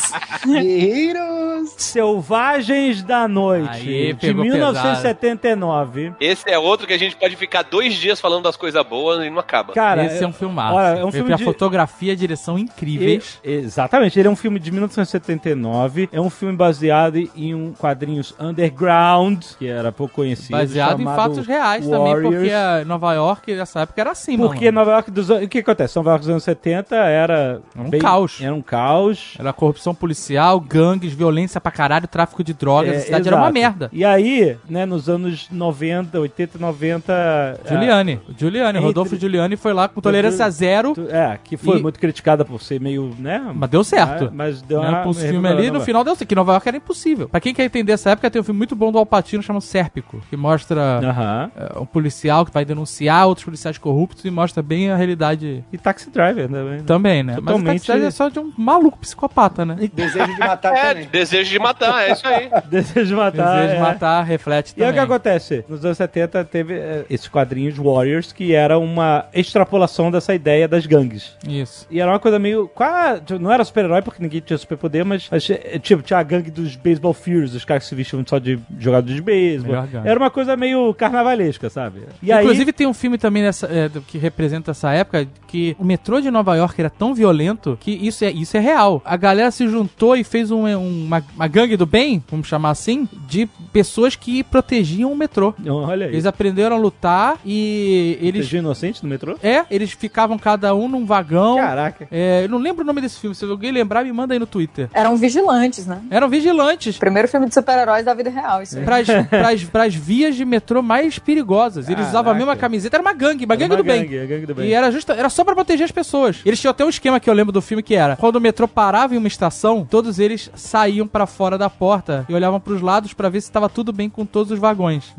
B: Guerreiros. Selvagens da Noite.
C: Aí
B: de
C: pegou
B: 1979.
F: Esse é outro que a gente pode ficar dois dias falando das coisas boas e não acaba.
B: Cara,
C: Esse é um filmaço.
B: olha, é um
C: Ele
B: filme
C: tem
B: de-
C: a fotografia e a direção incríveis.
B: E- exatamente, ele é um filme de 1979, é um filme baseado em um quadrinhos underground, que era pouco conhecido.
C: Baseado em
B: chamado
C: fatos reais também, porque
B: Warriors.
C: a Nova York nessa época era assim, mano.
B: Porque Nova York dos anos. O que acontece? Nova York dos anos 70 era.
C: Era um caos.
B: Era um caos.
C: Era corrupção policial, gangues, violência pra caralho, tráfico de drogas. a
B: É,
C: cidade era uma
B: exato.
C: merda.
B: E aí, né, nos anos 90, 80, 90.
C: Giuliani, Giuliani,
B: Entre-
C: Rodolfo Giuliani foi lá com tolerância zero,
B: tu- É, que foi
C: E-
B: muito criticada por ser meio, né?
C: mas deu certo.
B: Mas deu
C: Né,
B: uma.
C: com os filmes ali, no final deu certo, que Nova York era impossível. Pra quem quer entender essa época, tem um filme muito bom do Alpatino chamado Sérpico, que mostra
B: Aham.
C: é, um policial que vai denunciar outros policiais corruptos e mostra bem a realidade
B: E Taxi Driver também. né?
C: também, né? Mas o
B: Totalmente-
C: Taxi Driver é só de um maluco psicopata, né?
E: Desejo de matar
F: É,
E: também.
F: desejo de matar, é isso aí.
B: Desejo de matar. é.
C: Desejo de matar, reflete
B: E aí
C: também.
B: o que acontece? Nos anos 70 teve eh, esses quadrinhos Warriors, que era uma extrapolação dessa ideia das gangues.
C: Isso.
B: E era uma coisa meio. Quase, tipo, não era super-herói, porque ninguém tinha superpoder, mas. mas, eh, Tipo, tinha a gangue dos Baseball Fears, os caras que se vestiam só de jogadores de beisebol.
C: Melhor gangue.
B: Era uma coisa meio carnavalesca, sabe? E aí.
C: Inclusive tem um filme também nessa, é, do- que representa essa época que o metrô de Nova York era tão violento que isso é, isso é real. A galera se juntou e fez um- um- uma, uma gangue do bem, vamos chamar assim, de pessoas que protegiam o metrô.
B: Olha aí.
C: Eles aprenderam a lutar e eles...
B: Protegiu inocente no metrô?
C: É, eles ficavam cada um num vagão.
B: Caraca.
C: É, eu não lembro o nome desse filme. Se alguém lembrar, me manda aí no Twitter.
D: Eram vigilantes, né?
C: Eram vigilantes.
D: Primeiro filme de super-heróis da vida real, isso aí.
C: pras, pras, pras vias de metrô mais perigosas. Eles usavam a mesma camiseta, era uma gangue, uma gangue
B: Uma
C: do bem.
B: gangue, a gangue do bem.
C: E era, justa, era só pra proteger as pessoas. Eles tinham até um esquema que eu lembro do filme que era: quando o metrô parava em uma estação, todos eles saíam pra fora da porta e olhavam pros lados pra ver se tava tudo bem com todos os vagões.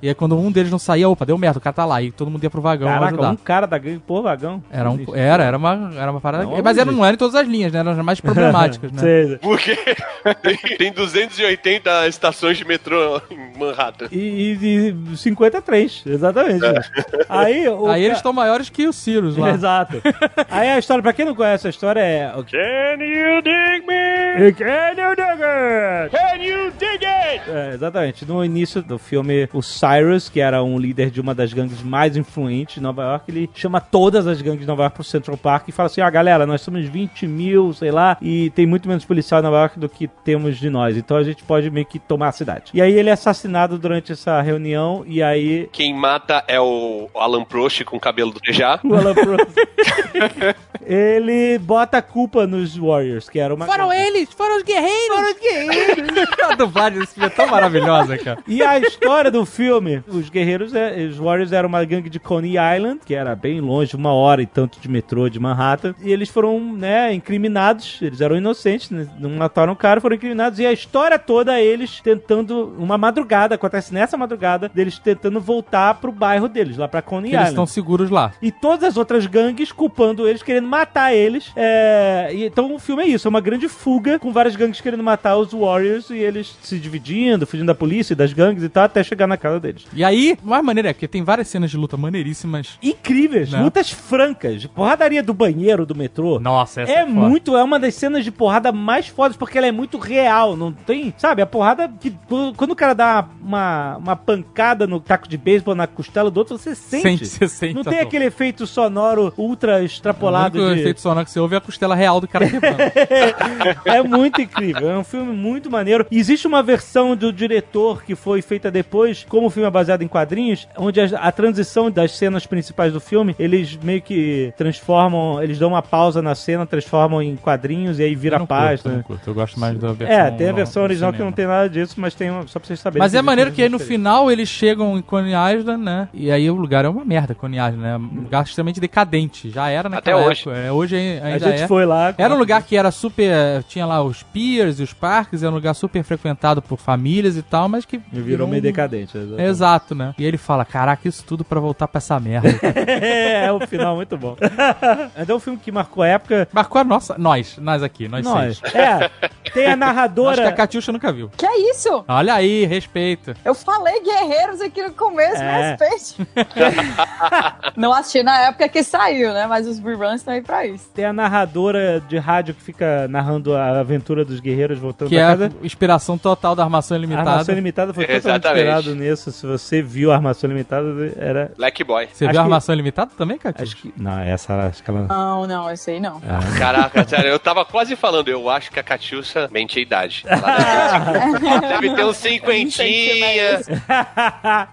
C: E aí, quando um deles não saía, opa, deu merda, o cara tá lá. E todo mundo ia pro vagão
B: Caraca,
C: ajudar.
B: um cara da gangue por vagão.
C: Era, um,
B: Existe.
C: era, era, uma, era uma parada.
B: Não, um
C: mas era,
B: gente.
C: não era em todas as linhas, né? Eram as mais problemáticas, né?
B: Sei, sei.
F: Porque tem- tem 280 estações de metrô em Manhattan.
B: E, e, e 53, exatamente. Aí, o
C: Aí eles
B: ca-
C: estão maiores que o Sirius lá.
B: Exato. Aí a história, pra quem não conhece a história, é. Can you dig me? Can you dig it? Can you dig it? É, exatamente. No início do filme, o Cyrus, que era um líder de uma das gangues mais influentes de Nova York, ele chama todas as gangues de Nova York pro Central Park e fala assim: ah, galera, nós somos 20 mil, sei lá, e tem muito menos policial em Nova York do que temos de nós. Então a gente pode meio que tomar a cidade. E aí ele é assassinado durante essa reunião, e aí.
F: Quem mata é o Alan Prost com o cabelo do Tejá.
B: O Alan Prost. ele bota a culpa nos Warriors, que era uma.
C: Foram eles, foram os guerreiros. Foram os guerreiros. a dublagem desse filme é tão maravilhosa, cara.
B: E a história do filme, os guerreiros, é- os Warriors eram uma gangue de Coney Island, que era bem longe, uma hora e tanto de metrô de Manhattan, e eles foram, né, incriminados, eles eram inocentes, né, não mataram o cara, foram incriminados, e a história toda eles tentando, uma madrugada, acontece nessa madrugada, deles tentando voltar pro bairro deles, lá pra Coney
C: Eles
B: Island.
C: estão seguros lá.
B: E todas as outras gangues culpando eles, querendo matar eles. É, e Então o filme é isso, é uma grande fuga com várias gangues querendo matar os Warriors e eles se dividindo, fugindo da polícia e das gangues e tal, até chegar na casa deles.
C: E aí, uma maneira é que tem várias cenas de luta maneiríssimas.
B: Incríveis,
C: Né?
B: lutas francas, porradaria do banheiro, do metrô.
C: Nossa, essa
B: É
C: foda.
B: muito, é uma das cenas de porrada mais fodas, porque ela é muito real, não tem, sabe, a porrada que quando quando o cara dá uma, uma pancada no taco de beisebol na costela do outro, você
C: Sente,
B: sente.
C: você sente.
B: Não
C: tá
B: tem
C: bom.
B: aquele efeito sonoro ultra extrapolado
C: O único
B: de...
C: efeito sonoro que você ouve é a costela real do cara quebrando.
B: É muito incrível, é um filme muito maneiro. E Existe uma versão do diretor que foi feita depois, como o filme é baseado em quadrinhos, onde a, a transição das cenas principais do filme, eles meio que transformam, eles dão uma pausa na cena, transformam em quadrinhos e aí vira
C: Eu não
B: página.
C: curto, eu não curto. Eu gosto mais da versão
B: É, tem a versão
C: no
B: original que
C: cinema.
B: não tem nada disso, mas tem uma, só pra vocês saberem.
C: Mas é
B: existe
C: maneiro
B: uma
C: que aí no
B: diferença.
C: final eles chegam em Coney Island, né? E aí o lugar é uma merda, Coney Island, né? Um lugar extremamente decadente. Já era naquela
F: Até hoje.
C: época. é, Hoje ainda
B: A gente
C: é.
B: foi lá.
C: Era um lugar que era super. Tinha lá os piers e os parques, era um lugar super frequentado por famílias e tal, mas que. um
B: E virou meio decadente. exatamente.
C: Exato, né? E ele fala: Caraca, isso tudo pra voltar pra essa merda.
B: é, é um final muito bom. Ainda é um filme que marcou a época.
C: Marcou a nossa. Nós, nós aqui, nós nós,
B: Nós.
C: seis.
B: É, tem a narradora-
C: Acho que a Catiuxa nunca viu.
D: Que é isso?
C: Olha aí, respeito.
B: É,
D: Eu falei guerreiros aqui no começo,
C: É.
D: mas respeite. Não assisti na época que saiu, né? Mas os reruns estão aí pra isso.
B: Tem a narradora de rádio que fica narrando a aventura dos guerreiros voltando
C: Que é
B: pra
C: a
B: casa.
C: inspiração total da Armação Ilimitada.
B: A Armação Ilimitada foi totalmente
C: Exatamente.
B: inspirado nisso. Se você viu a Armação Ilimitada, era...
F: Black Boy.
C: Você
B: Acho
C: viu a
B: que-
C: Armação Ilimitada também, Catiuxa? Acho que...
B: Não, essa acho que ela...
D: Não, não, eu sei não.
C: Ah.
F: Caraca, sério, eu tava quase falando, eu acho que a Catiuxa mente a idade.
B: Ah,
F: Ela deve, deve ter uns cinquentinha.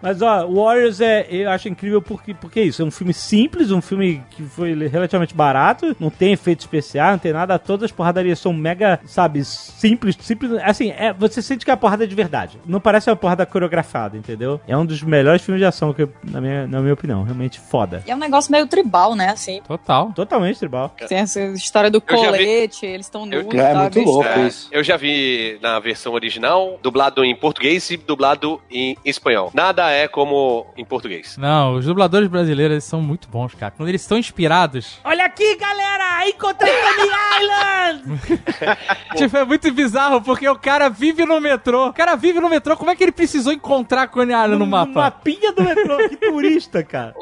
B: Mas ó, Warriors é, eu acho incrível porque, porque é isso. É um filme simples, um filme que foi relativamente barato, não tem efeito especial, não tem nada. Todas as porradarias são mega, sabe, simples, simples. Assim, é, você sente que é a porrada é de verdade. Não parece uma porrada coreografada, entendeu? É um dos melhores filmes de ação, que, eu- na, minha, na minha opinião. Realmente foda.
D: E é um negócio meio tribal, né? Assim.
C: Total.
B: Totalmente tribal.
D: Tem essa história do
F: Eu já vi-
D: colete, eles estão nus.
F: Eu- É,
D: sabe?
E: muito louco isso.
F: Eu já vi na versão original, dublado em português e dublado em espanhol. Nada é como em português.
C: Não, os dubladores brasileiros eles são muito bons, cara. Quando eles estão inspirados.
B: Olha aqui, galera! Encontrei Coney Island!
C: Tipo, é muito bizarro, porque o cara vive no metrô. O cara vive no metrô, como é que ele precisou encontrar Coney Island no mapa? No
B: mapinha do metrô, que turista, cara.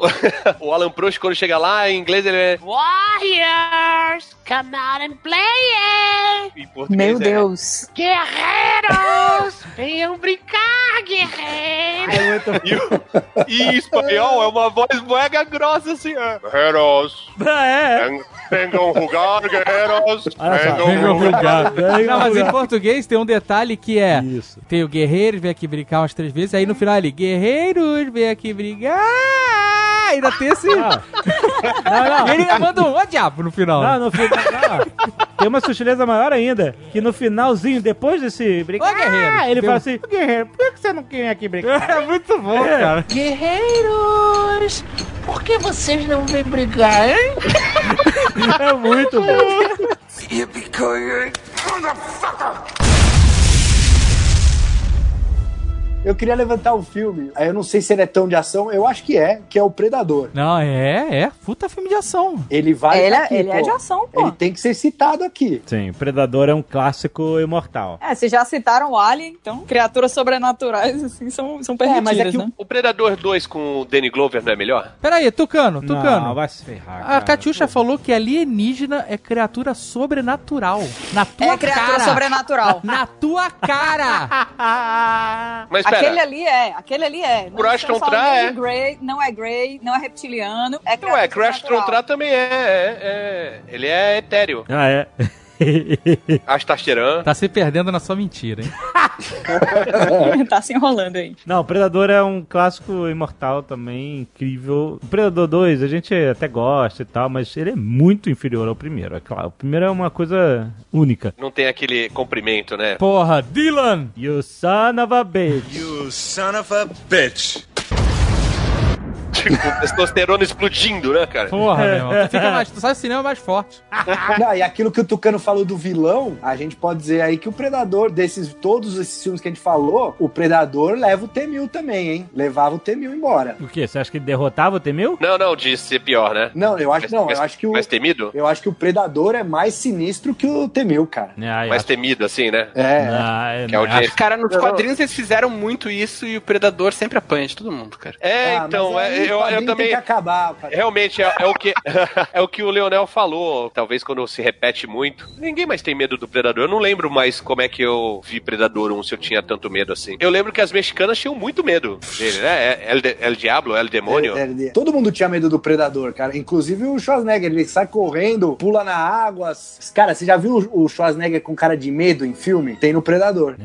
F: o Alan Prost, quando chega lá, em inglês ele é.
L: Warriors, come out and play!
F: Em português
D: Meu
F: é-
D: Deus.
L: Guerreiros, venham brincar,
C: É
L: guerreiros!
F: E, o- e em espanhol é uma voz mega grossa assim. É. Guerreiros.
B: É,
F: Venham rugar, guerreiros.
C: Venga obrigado. Não, mas em
F: rugar.
C: português tem um detalhe que é: tem o guerreiros, vem aqui brincar umas três vezes, aí no final ele, guerreiros, vem aqui brigar. Ainda tem esse.
B: Ah, não.
C: E ele ainda manda um ó diabo no final.
B: Não, no final. não. Tem uma sutileza maior ainda, que no finalzinho, depois desse brigar,
C: guerreiro.
B: ele
C: Deu-
B: fala assim: "Ô, Guerreiro, por que que você não quer aqui brigar?
C: É muito bom, cara.
L: Guerreiros, por que vocês não vêm brigar, hein?
B: É muito bom.
E: Eu queria levantar um filme, eu não sei se ele é tão de ação, eu acho que é, que é o Predador.
C: Não, é, é. Puta filme de ação.
E: Ele vai.
D: Ele é-
E: tá aqui,
D: ele é de ação, pô.
E: Ele tem que ser citado aqui.
B: Sim, Predador é um clássico imortal.
D: É, vocês já citaram o Alien, então criaturas sobrenaturais, assim, são, são permitidas,
F: mas é que
D: né?
F: o, o Predador 2 com o Danny Glover não é melhor? Ah,
C: Peraí, Tucano, Tucano.
B: Não, vai se ferrar.
C: A Catiuxa falou que alienígena é criatura sobrenatural. Na tua
D: É criatura
C: cara.
D: sobrenatural.
C: Na tua cara!
F: Mas pera.
D: aquele ali é, aquele ali é. Não
F: Crash
D: estamos
F: Contra
D: falando nem
F: é.
D: de Grey, não é Grey, não é reptiliano, é
F: Não
D: criatura
F: é, Crash
D: sobrenatural.
F: Trontra também é, é, é- Ele é etéreo.
B: Ah, é?
F: Astasteran.
C: Tá se perdendo na sua mentira, hein?
D: tá se enrolando aí.
B: Não, Predador é um clássico imortal também, incrível. O Predador 2, a gente até gosta e tal, mas ele é muito inferior ao primeiro, é claro. O primeiro é uma coisa única.
F: Não tem aquele comprimento, né?
C: Porra, Dylan!
B: You son of a bitch.
F: You son of a bitch. Tipo, testosterona explodindo, né, cara?
C: Porra, meu irmão. Tu, fica mais, tu sai do cinema mais forte.
E: Não, e aquilo que o Tucano falou do vilão, a gente pode dizer aí que o Predador, desses todos esses filmes que a gente falou, o Predador leva o T-1000 também, hein? Levava o T-1000 embora.
B: O quê? Você acha que derrotava o Temil?
F: Não, não, de ser pior, né?
E: Não, eu acho, não, eu acho que o,
F: Mais temido?
E: eu acho que o Predador é mais sinistro que o T-1000, cara.
F: Mais temido, assim, né?
B: Ah,
F: Que é o
B: acho-
F: Jeff.
G: Cara, nos
F: Eu não-
G: quadrinhos eles fizeram muito isso e o Predador sempre apanha de todo mundo, cara.
F: É,
E: Ah, mas
F: então,
E: aí
F: é,
E: o
F: eu, eu
E: quadrinho
F: também.
E: Tem que acabar, cara.
F: Realmente é, é o que é o que o Leonel falou. Talvez quando se repete muito, ninguém mais tem medo do predador. Eu não lembro mais como é que eu vi Predador 1 se eu tinha tanto medo assim. Eu lembro que as mexicanas tinham muito medo dele, né? É- El, de- El Diablo, El Demônio.
E: É, é, é. Todo mundo tinha medo do predador, cara. Inclusive o Schwarzenegger, ele sai correndo, pula na água. S- Cara, você já viu o Schwarzenegger com cara de medo em filme? Tem no Predador.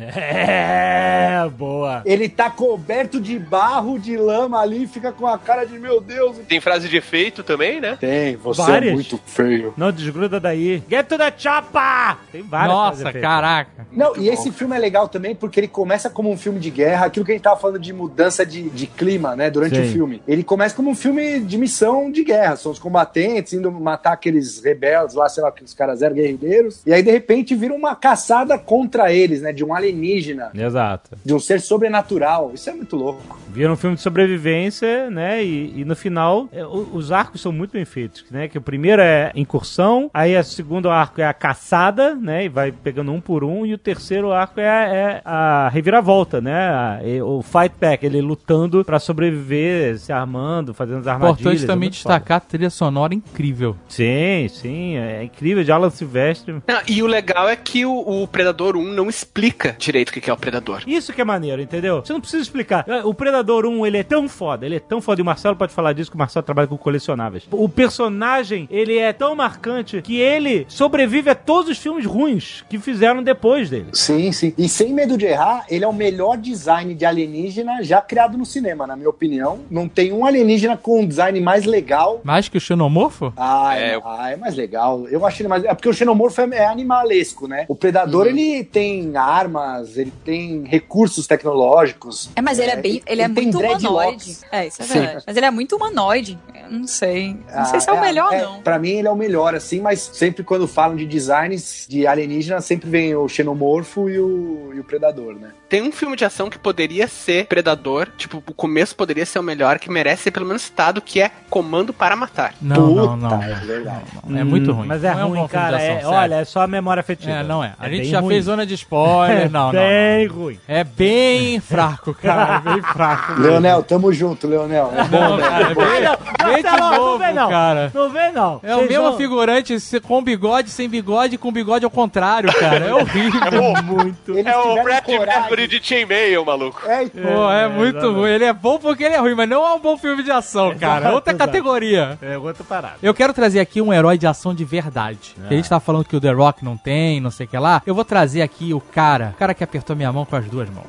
B: É, boa.
E: Ele tá coberto de barro, de lama ali, fica com a cara de meu Deus.
F: Tem frase de efeito também, né?
E: é. Tem, você
B: Várias?
E: é muito feio.
B: Não desgruda daí. Get to the chopper! Tem várias
C: Nossa,
B: frases
C: caraca.
E: Não, e esse filme é legal também porque ele começa como um filme de guerra, aquilo que a gente tava falando de mudança de, de clima, né, durante
B: Sim.
E: o filme. Ele começa como um filme de missão de guerra, são os combatentes indo matar aqueles rebeldes lá, sei lá, que os caras eram guerrilheiros, e aí de repente vira uma caçada contra eles, né, de um alienígena, um
B: Exato.
E: de um ser sobrenatural. Isso é muito louco.
B: Vira um filme de sobrevivência, né? né? E, e no final, é, o- os arcos são muito bem feitos, né? Que o primeiro é incursão, aí o segundo arco é a caçada, né? E vai pegando um por um, e o terceiro arco é, a- é a reviravolta, né? A- e- o fight back, ele lutando pra sobreviver, se armando, fazendo as armadilhas. é
C: Importante também destacar a trilha sonora incrível.
B: Sim, sim, é incrível, de Alan Silvestre.
G: Não, e o legal é que o, o Predador 1 não explica direito o que que é o Predador.
B: Isso que é maneiro, entendeu? Você não precisa explicar. O Predador 1, ele é tão foda, ele é tão foda. E o Marcelo pode falar disso, que o Marcelo trabalha com colecionáveis. O personagem, ele é tão marcante que ele sobrevive a todos os filmes ruins que fizeram depois dele.
M: Sim, sim. E sem medo de errar, ele é o melhor design de alienígena já criado no cinema, na minha opinião. Não tem um alienígena com um design mais legal.
C: Mais que o xenomorfo?
M: Ah, é, ah, é mais legal. Eu achei ele mais. É porque o xenomorfo é, é animalesco, né? O predador, ele tem armas, ele tem recursos tecnológicos.
D: É, mas ele é bem. Ele é
M: tem
D: muito humanoide.
M: dreadlocks.
D: É, isso é
M: Sim.
D: verdade. Mas ele é muito humanoide. Eu não sei. Não sei se é o
M: Ah,
D: melhor, não.
M: Pra mim, ele é o melhor, assim, mas sempre quando falam de designs de alienígena, sempre vem o xenomorfo e o, e o predador, né?
G: Tem um filme de ação que poderia ser Predador, tipo, o começo poderia ser o melhor, que merece ser pelo menos citado, que é Comando para Matar.
C: Não, não, não, não. É muito
B: Hum,
C: ruim.
B: Mas é
C: Não é um
B: ruim,
C: bom filme
B: cara.
C: de
B: é-
C: ação, sério.
B: olha, é só a memória afetiva.
C: É, não é. A gente
B: bem
C: já
B: ruim.
C: fez zona de spoiler. Não, não.
B: Bem ruim.
C: É bem fraco, cara. É bem fraco.
M: Leonel, tamo junto, Leonel. É bom, né?
C: cara, é bem- bem de
B: Marcelo,
C: novo,
B: não vem não.
C: cara.
B: Não vem não.
C: É o
B: Vocês
C: mesmo
B: vão-
C: figurante se- com bigode, sem bigode, com bigode ao contrário, cara. É horrível.
F: É
B: muito.
F: É o Brad Mercury de chainmail, maluco.
M: É,
C: Pô,
E: então.
C: é, muito ruim. Ele é bom porque ele é ruim, mas não é um bom filme de ação, cara. É outra
B: Exato.
C: categoria.
B: É outra parada.
C: Eu quero trazer aqui um herói de ação de verdade.
B: É.
C: Que a gente tá falando que o The Rock não tem, não sei o que lá. Eu vou trazer aqui o cara, o cara que apertou minha mão com as duas mãos.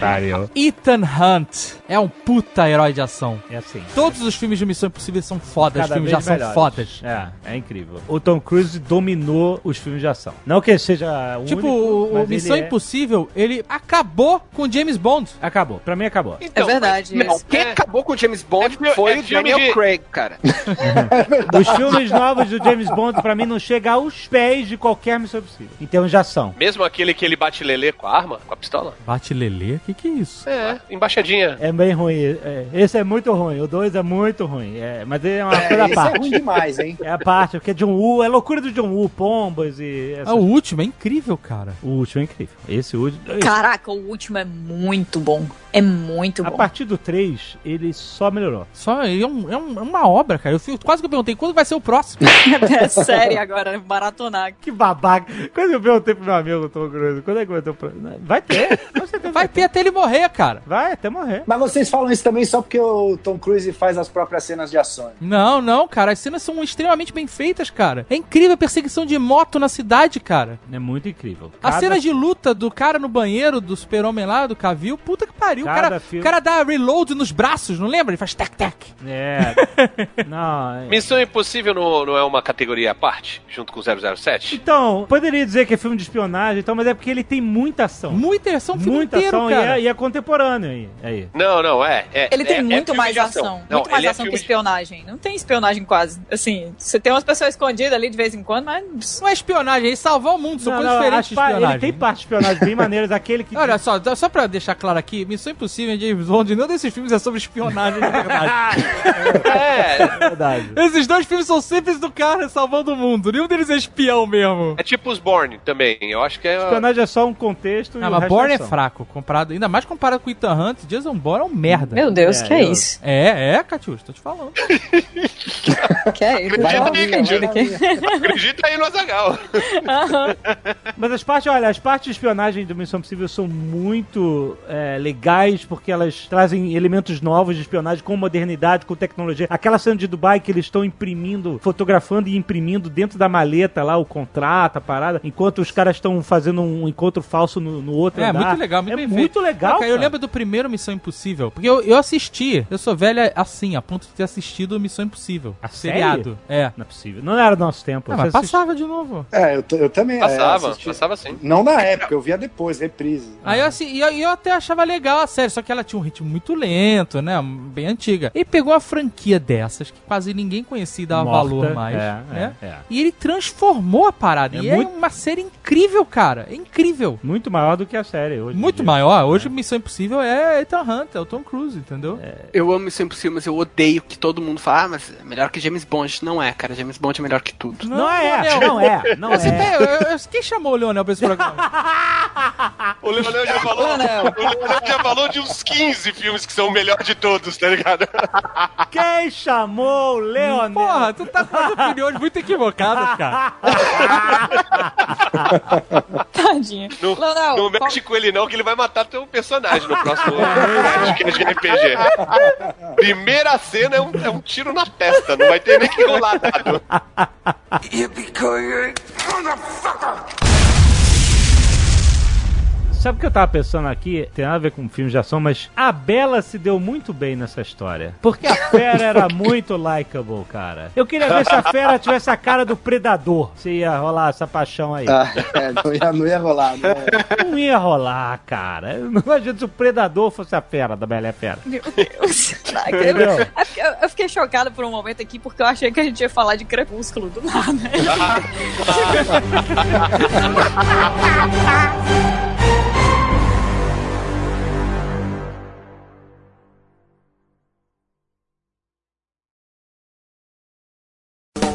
B: Pariu.
C: Ethan Hunt é um puta herói de ação.
B: É assim.
C: Todos os filmes de Missão Impossível são fodas, os
B: Cada
C: filmes de
B: vez
C: ação
B: melhores.
C: fodas.
B: É, é incrível. O Tom Cruise dominou os filmes de ação. Não que ele seja o
C: Tipo,
B: único,
C: o- o
B: mas
C: Missão
B: ele é-
C: Impossível, ele acabou com James Bond.
B: Acabou. Pra mim acabou.
D: é verdade.
G: Não,
D: isso.
G: Então, quem acabou com o James Bond
F: fi-
G: foi
F: é
G: o
F: filme
G: Daniel
F: de-
G: Craig, cara.
B: Os filmes novos do James Bond, pra mim, não chegam aos pés de qualquer Missão Impossível. Em termos de ação.
F: Mesmo aquele que ele bate lelê com a arma, com a pistola?
C: Bate Lelê? O que, que é isso?
F: É, embaixadinha.
B: É bem ruim. é. esse é muito ruim. O 2 é muito ruim. É, mas é uma
M: É,
B: coisa à
M: esse é
B: parte.
M: ruim demais, hein?
B: É a parte, porque John Woo, é loucura do John Woo, pombas e... essas-
C: Ah, o último é incrível, cara.
B: O último é incrível. Esse último...
D: Caraca, o último é muito bom. É muito
B: A
D: bom.
B: partir do 3, ele só melhorou.
C: Só é, um- é um- é uma obra, cara. Eu fui- quase que eu perguntei quando vai ser o próximo.
D: É sério agora, maratonar.
B: Que babaca. Quando eu perguntei pro meu amigo, Tom Cruise, quando é que vai ter o próximo? Vai ter.
C: Vai ter até ele morrer, cara.
B: Vai até morrer.
M: Mas vocês falam isso também só porque o Tom Cruise faz as próprias cenas de ações.
C: Não, não, cara. As cenas são extremamente bem feitas, cara. É incrível a perseguição de moto na cidade, cara.
B: É muito incrível.
C: A cena de luta do cara no banheiro, do super-homem lá, do Cavil, puta que pariu. O
B: Cada
C: cara,
B: filme-
C: o cara dá reload nos braços, não lembra? Ele faz tac-tac.
B: É. Não, é...
F: Missão Impossível não, não é uma categoria à parte, junto com 007?
B: Então, poderia dizer que é filme de espionagem e tal, mas é porque ele tem muita ação.
C: Muita ação, o filme
B: Muita
C: inteiro,
B: ação e
C: cara.
B: é, e é contemporâneo aí. aí.
F: Não, não, é. é-
D: Ele tem
F: é- é
D: muito
F: filme
D: mais
F: de
D: ação.
F: Não,
D: muito mais
F: ele é
D: ação que
F: filme de-
D: espionagem. Não tem espionagem quase. Assim, você tem umas pessoas escondidas ali de vez em quando, mas.
C: Não é espionagem, ele salvar o mundo, são
B: Não,
C: coisas
B: não,
C: diferentes
B: as
C: de
B: pa-
C: espionagem.
B: Ele tem partes de espionagem bem maneiras, aquele que.
C: Olha só, só pra deixar claro aqui, Missão Impossível e James Bond, nenhum desses filmes é sobre espionagem, na verdade.
F: É,
B: Verdade.
C: Esses dois filmes são sempre do cara salvando o mundo, nenhum deles é espião mesmo.
F: é tipo os Born também. Eu acho que é.
B: Espionagem é só um contexto.
C: Ah,
B: e o
C: mas
B: resto
C: Bourne é
B: ação.
C: fraco, comparado, ainda mais comparado com Ethan Hunt, Jason Bourne é um merda.
D: Meu Deus,
B: É,
D: que é
B: eu-
D: isso?
C: É, é, Catius, tô te falando.
D: Que é isso?
M: Vai
D: Já
M: na
D: vi
M: minha,
D: aqui.
M: vai na minha.
F: Acredita aí no Azagal.
D: Aham.
B: Mas as partes, olha, as partes de espionagem do Missão Impossível são muito é, legais porque elas trazem elementos novos de espionagem com modernidade, com tecnologia. Aquela cena de Dubai que eles estão imprimindo, fotografando e imprimindo dentro da maleta lá o contrato, a parada, enquanto os caras estão fazendo um encontro falso no, no outro
C: É,
B: andar.
C: muito legal, muito
B: É
C: bem
B: muito
C: feito.
B: legal,
C: Não, cara, eu
B: cara.
C: lembro do primeiro Missão Impossível, porque eu, eu assisti, eu sou velha assim, a ponto de ter assistido Missão Impossível.
B: A
C: seriado.
B: série?
C: É.
B: Não é possível. Não era do nosso tempo.
C: Ah,
B: Você
C: mas
B: assiste-
C: passava de novo.
M: É, eu, t- eu também. é,
F: Passava,
M: assisti.
F: passava sim.
M: Não na época, eu via depois, reprise.
C: Aí eu, assi- e eu, e eu até achava legal a série, só que ela tinha um ritmo muito lento, né? Bem antiga. E pegou uma franquia dessas, que quase ninguém conhecia e dava
B: Morta,
C: valor mais.
B: é,
C: né?
B: é, é.
C: E ele transformou a parada.
B: É
C: e
B: muito-
C: é uma série incrível, cara. É incrível.
B: Muito muito maior do que a série hoje.
C: Muito maior. Hoje Missão Impossível é Ethan Hunt, é o Tom Cruise, entendeu?
G: Eu amo Missão Impossível, mas eu odeio que todo mundo fala, ah, mas é melhor que James Bond. Não é, cara. James Bond é melhor que tudo.
C: Não, é, Leonel. Eu sei até- eu- eu- quem chamou o Leonel pra esse programa?
F: O Leonel já falou. o Leonel já falou de uns 15 filmes que são o melhor de todos, tá ligado?
B: Quem chamou o Leonel?
C: Porra, tu tá com as opiniões muito equivocadas, cara.
D: Tadinho.
F: Não,
D: Leonel,
F: não mexe com ele, não, que ele vai matar teu personagem no próximo podcast de RPG. Primeira cena é um, é um tiro na testa, não vai ter nem que rolar dado.
B: Sabe o que eu tava pensando aqui? Tem nada a ver com filmes de ação, mas a Bela se deu muito bem nessa história. Porque a fera era muito likable, cara. Eu queria ver se a fera tivesse a cara do predador. Se ia rolar essa paixão aí.
N: Ah, é, não, ia, não ia rolar, né?
B: Não ia rolar, cara. Não adianta se o predador fosse a fera da Bela e a Fera.
D: Meu Deus. é Caraca, eu-
B: Entendeu?
D: eu fiquei- Eu fiquei chocada por um momento aqui, porque eu achei que a gente ia falar de crepúsculo do nada.
K: né,